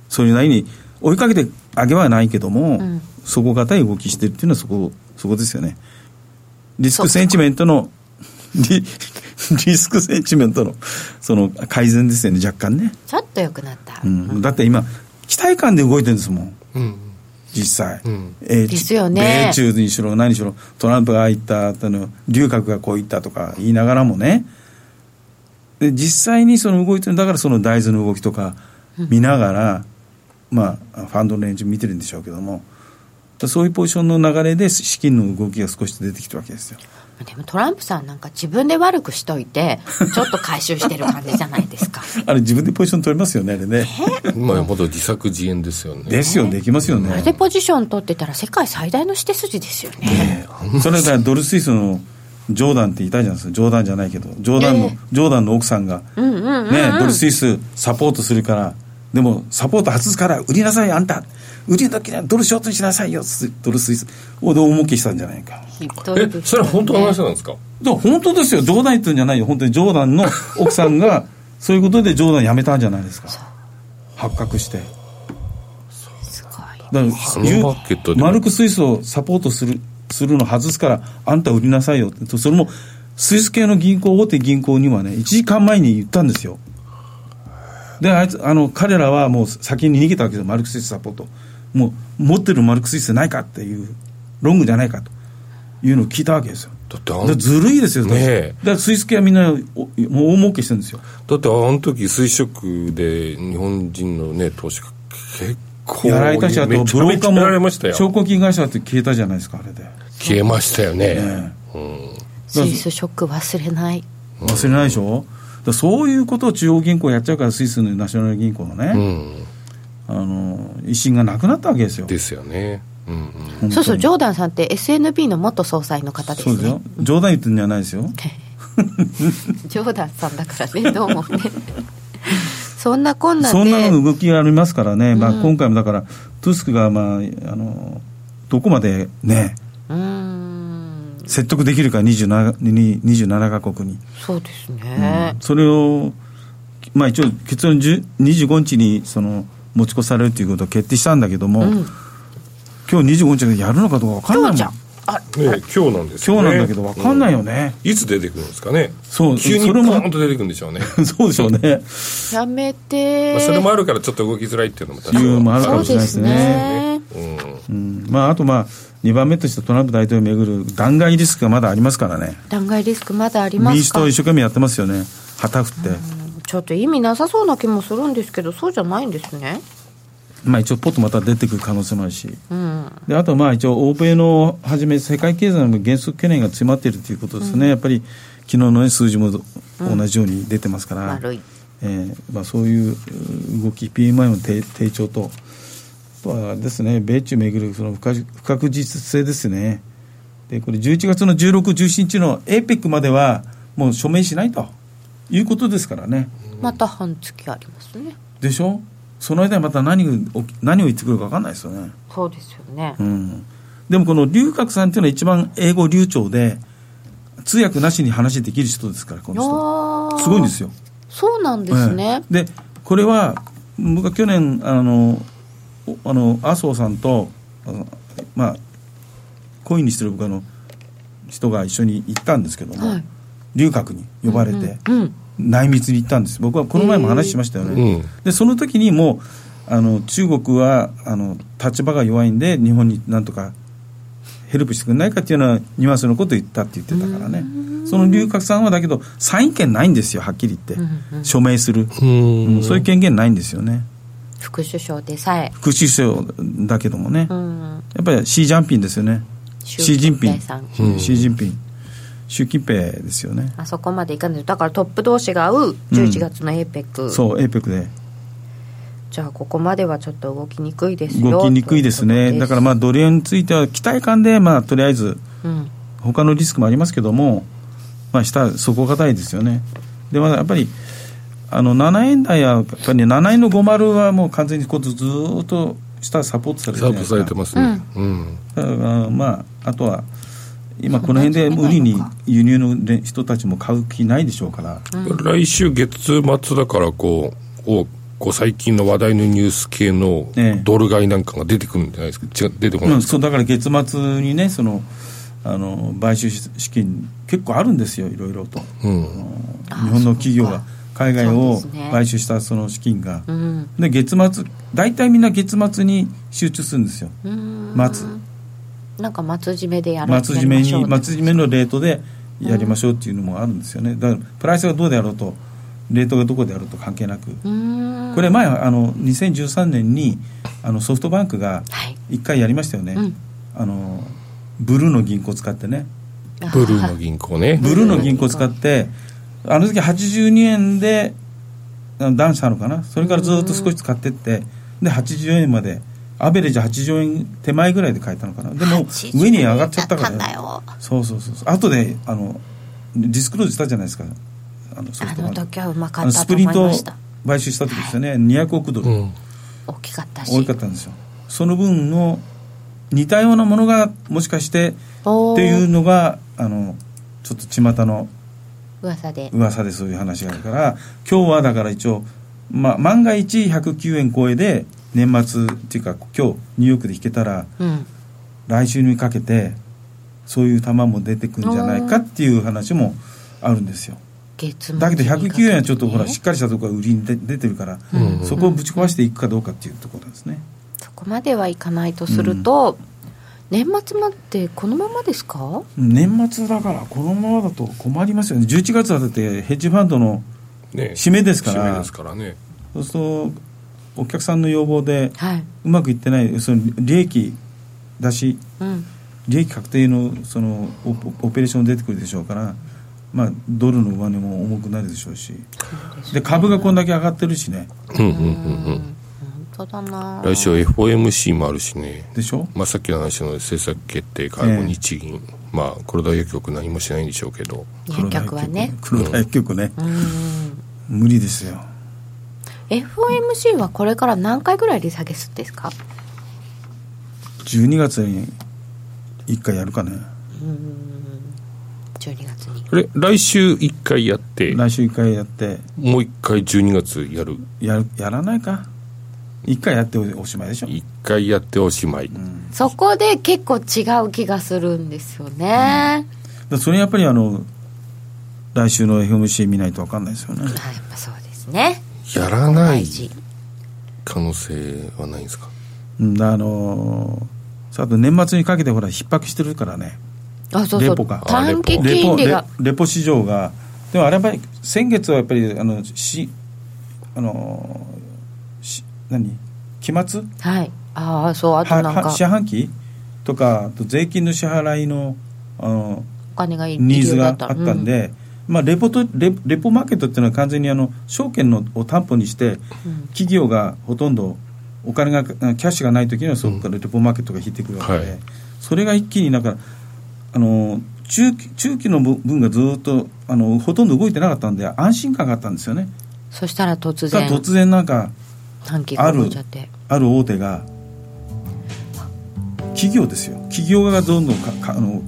それなりに追いかけて上げはないけども、うん底堅い動きしてるっていうのはそこそこですよねリスクセンチメントの リリスクセンチメントのその改善ですよね若干ね、ちょっと良くなったうん、だって今期待感で動いてるんですもんうん実際、うんえーですよね米中にしろ何にしろトランプがああ言ったあの龍角がこう言ったとか言いながらもねで実際にその動いてるだからその大豆の動きとか見ながら、まあファンドの連中見てるんでしょうけどもそういうポジションの流れで資金の動きが少し出てきたわけですよでもトランプさんなんか自分で悪くしといてちょっと回収してる感じじゃない ですかあれ自分でポジション取れますよねあれねまあ、ほど自作自演ですよね。ですよねできますよあれねでポジション取ってたら世界最大の指定筋ですよね それだからドルスイスのジョーダンっていたじゃないですかジョーダンじゃないけどジョーダンの、ジョーダンの奥さんが、ねドルスイスサポートするからでもサポート外すから売りなさいあんた売りだけドルショートにしなさいよスドルスイスをで大儲けしたんじゃないかひどいえ、それは本当の話なんですかだから本当ですよ冗談言ってるんじゃないよ本当にジョーダンの奥さん がそういうことでジョーダン辞めたんじゃないですか発覚してすごいだからのマーケットでもマルクスイスをサポートするするの外すからあんた売りなさいよってそれもスイス系の銀行大手銀行にはね1時間前に言ったんですよであいつあの彼らはもう先に逃げたわけですよマルクスイスサポートもう持ってるマルクスイスないかっていうロングじゃないかというのを聞いたわけですよだってあだからん、ずるいですよねえだからスイス系はみんなおもう大儲けしてるんですよだってあの時、水食で日本人のね、投資家、結構、やられたしあとブめロちゃめーちカゃやられましたーも証よ。拠金会社って消えたじゃないですかあれで、消えましたよね。えスイスショック忘れないえ忘れないでしょだからそういうことを中央銀行やっちゃうからスイスのナショナル銀行のうね、ん。あの威信がなくなったわけですよですよね。うんうん。本当にそうそうジョーダンさんって SNB の元総裁の方ですそうねですよ冗談言ってるんじゃないですよジョーダンさんだからねどうもねそんなこんなでそんなの動きがありますからね、まあ、今回もだからトゥスクが、まあ、あのどこまでねうーん説得できるか27に27カ国にそうですね、それを、まあ、一応結論10 25日にその持ち越されるということを決定したんだけども、ん今日25日にやるのかどうか分か今日んないもんじゃんあね今日なんです今日よね。なんだけど分かんないよね。ね、 いつ出てくるんですかね。そう急にそポれもーンと出てくるんで しょうね。そうでしょうねやめてまあそれもあるからちょっと動きづらいっていうのも多理由もあるかそもうしれでないすねうんまあ、あとまあ2番目としてトランプ大統領をめぐる弾劾リスクがまだありますからね弾劾リスクまだありま民す主か党一生懸命やってますよね旗振って、ちょっと意味なさそうな気もするんですけどそうじゃないんですねまあ、一応ポッとまた出てくる可能性もあるしうんであとまあ一応、欧米のはじめ世界経済の減速懸念が詰まっているということですね、やっぱり昨日のね、数字もど同じように出てますから、悪いえーまあ、そういうう動き、PMI の低低調と、あとはですね、米中めぐるその不確不確実性ですね、でこれ、11月の16、17日の APEC までは、もう署名しないということですからね、また半月ありますねでしょ、その間にまた何が起き何を言ってくるか分かんないですよね。そうですよねうん、でもこの龍角さんっていうのは一番英語流暢で通訳なしに話できる人ですからこの人あすごいんですよそうなんですね、ええでこれは僕は去年あのおあの麻生さんとあのまあコインにしてる僕あの人が一緒に行ったんですけども、はい龍角に呼ばれて、うん内密に行ったんです僕はこの前も話しましたよね、うんでその時にもうあの中国はあの立場が弱いんで日本になんとかヘルプしてくれないかっていうようなニュアンスのことを言ったって言ってたからねその龍角さんはだけど参院権ないんですよはっきり言って、署名する、分。うんそういう権限ないんですよね副首相でさえ副首相だけどもね、うんやっぱりシー・ジャンピンですよねシ習ー・ジ近ンピン平さんシー・ジンピン習近平ですよねあそこまでいかないだからトップ同士が会う11月の APEC、そう APEC でじゃあここまではちょっと動きにくいですよ動きにくいですね、だからまあドル円については期待感で、まあ、とりあえず、あ、うん、他のリスクもありますけども、まあ、下、底堅いですよね、でまあやっぱりあの7円台は、やっぱり、ね、7円の50はもう完全にこうずずーっと下、サポートされてサるーじゃないブですさかれてますね。うん。だからまあ、あとは今、この辺で無理に輸入のね人たちも買う気ないでしょうから、来週月末だからこうおこう最近の話題のニュース系のええドル買いなんかが出てくるんじゃないですか、違う出てこないうん、ですか、そうだから月末にねそのあの買収資金結構あるんですよいろいろと。うん日本の企業が海外をそうですね買収したその資金がうんで月末大体みんな月末に集中するんですようん松なんか松締めでやる松締めやりにましょう松締めのレートでやりましょうっていうのもあるんですよねだからプライスがどうであろうとレートがどこであろうと関係なくうーんこれ前あの2013年にあのソフトバンクがはい1回やりましたよねうんあのブルーの銀行使ってねブルーの銀行ねブルーの銀行使ってあの時82円であの男子なのかなそれからずっと少し使ってってで84円までアベレージ84円手前ぐらいで買えたのかなでも上に上がっちゃったからだよそうそうそうそう後であのディスクローズしたじゃないですかあのソフあトバのンク時はうまかあのったスとプ思いリントをました買収した時ですよね200億ドル、うん大きかったし多かったんですよその分の似たようなものがもしかしてっておーいうのがあのちょっと巷の噂で噂でそういう話があるから今日はだから一応、まあ、万が一109円超えで年末っていうか今日ニューヨークで引けたらうん来週にかけてそういう球も出てくんじゃないかっていう話もあるんですよ月末だけど109円はちょっとほらにかけてねしっかりしたところが売りに出出てるから、うんそこをぶち壊していくかどうかっていうところなんですね、そこまではいかないとすると、年末までこのままですか年末だからこのままだと困りますよね11月はだってヘッジファンドのね締めですから締めですからねそうするとお客さんの要望ではい、うまくいってないその利益出しうん、利益確定のそのオオペレーション出てくるでしょうから、まあ、ドルの上値も重くなるでしょうしで株がこんだけ上がってるしねうんうんうんうん本当だな来週は FOMC もあるしね、でしょまあ、さっきの話の政策決定会合、ええ日銀、まあ、これだけ結局何もしないんでしょうけど、薬局はね黒大局ね、無理ですよ FOMC はこれから何回ぐらい利下げするんですか12月に1回やるかね12月にあれ、来週1回やって、も来週1回やってう1回12月やる、やるやらないか1回やっておしまいでしょ1回やっておしまい、そこで結構違う気がするんですよね、だそれやっぱりあの来週の FMC 見ないと分かんないですよねあやっぱそうですねやらない大事可能性はないんですか、うんあのーさああと年末にかけてほら逼迫してるからねあそうそレうポか短期レ金ポ利レがレポ市場がでもあれはやっぱり先月はやっぱりあのしあのーし何期末はいああそうあとはなんはか四半期とかあと税金の支払いのあのお金がいニーズがあっらたん、で、まあ、レポとレレポマーケットっていうのは完全にあの証券のを担保にしてうん企業がほとんどお金がキャッシュがない時にはそこからレポマーケットが引いてくるわけで、はいそれが一気になんかあの中期中期の分がずっとあのほとんど動いてなかったんで安心感があったんですよね。うんそしたら突ただ然突然なんか短期が動いちゃってある大手が企業ですよ企業がどんどんかかあの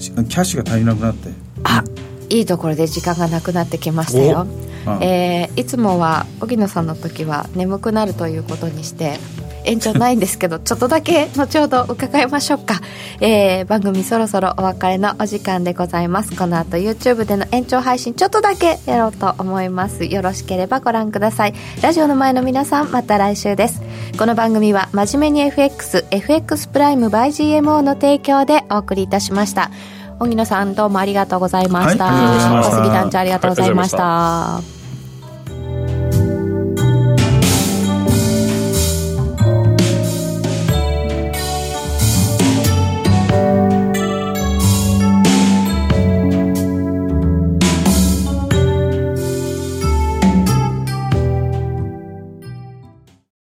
しキャッシュが足りなくなってあいいところで時間がなくなってきましたよおあ、えーいつもは荻野さんの時は眠くなるということにして延長ないんですけど ちょっとだけ後ほど伺いましょうか、えー番組そろそろお別れのお時間でございますこの後 YouTube での延長配信ちょっとだけやろうと思いますよろしければご覧くださいラジオの前の皆さんまた来週ですこの番組は「真面目に FXFX プライム by GMO」の提供でお送りいたしました荻野さんどうもありがとうございました、はいありがとうございました小杉団長ありがとうございました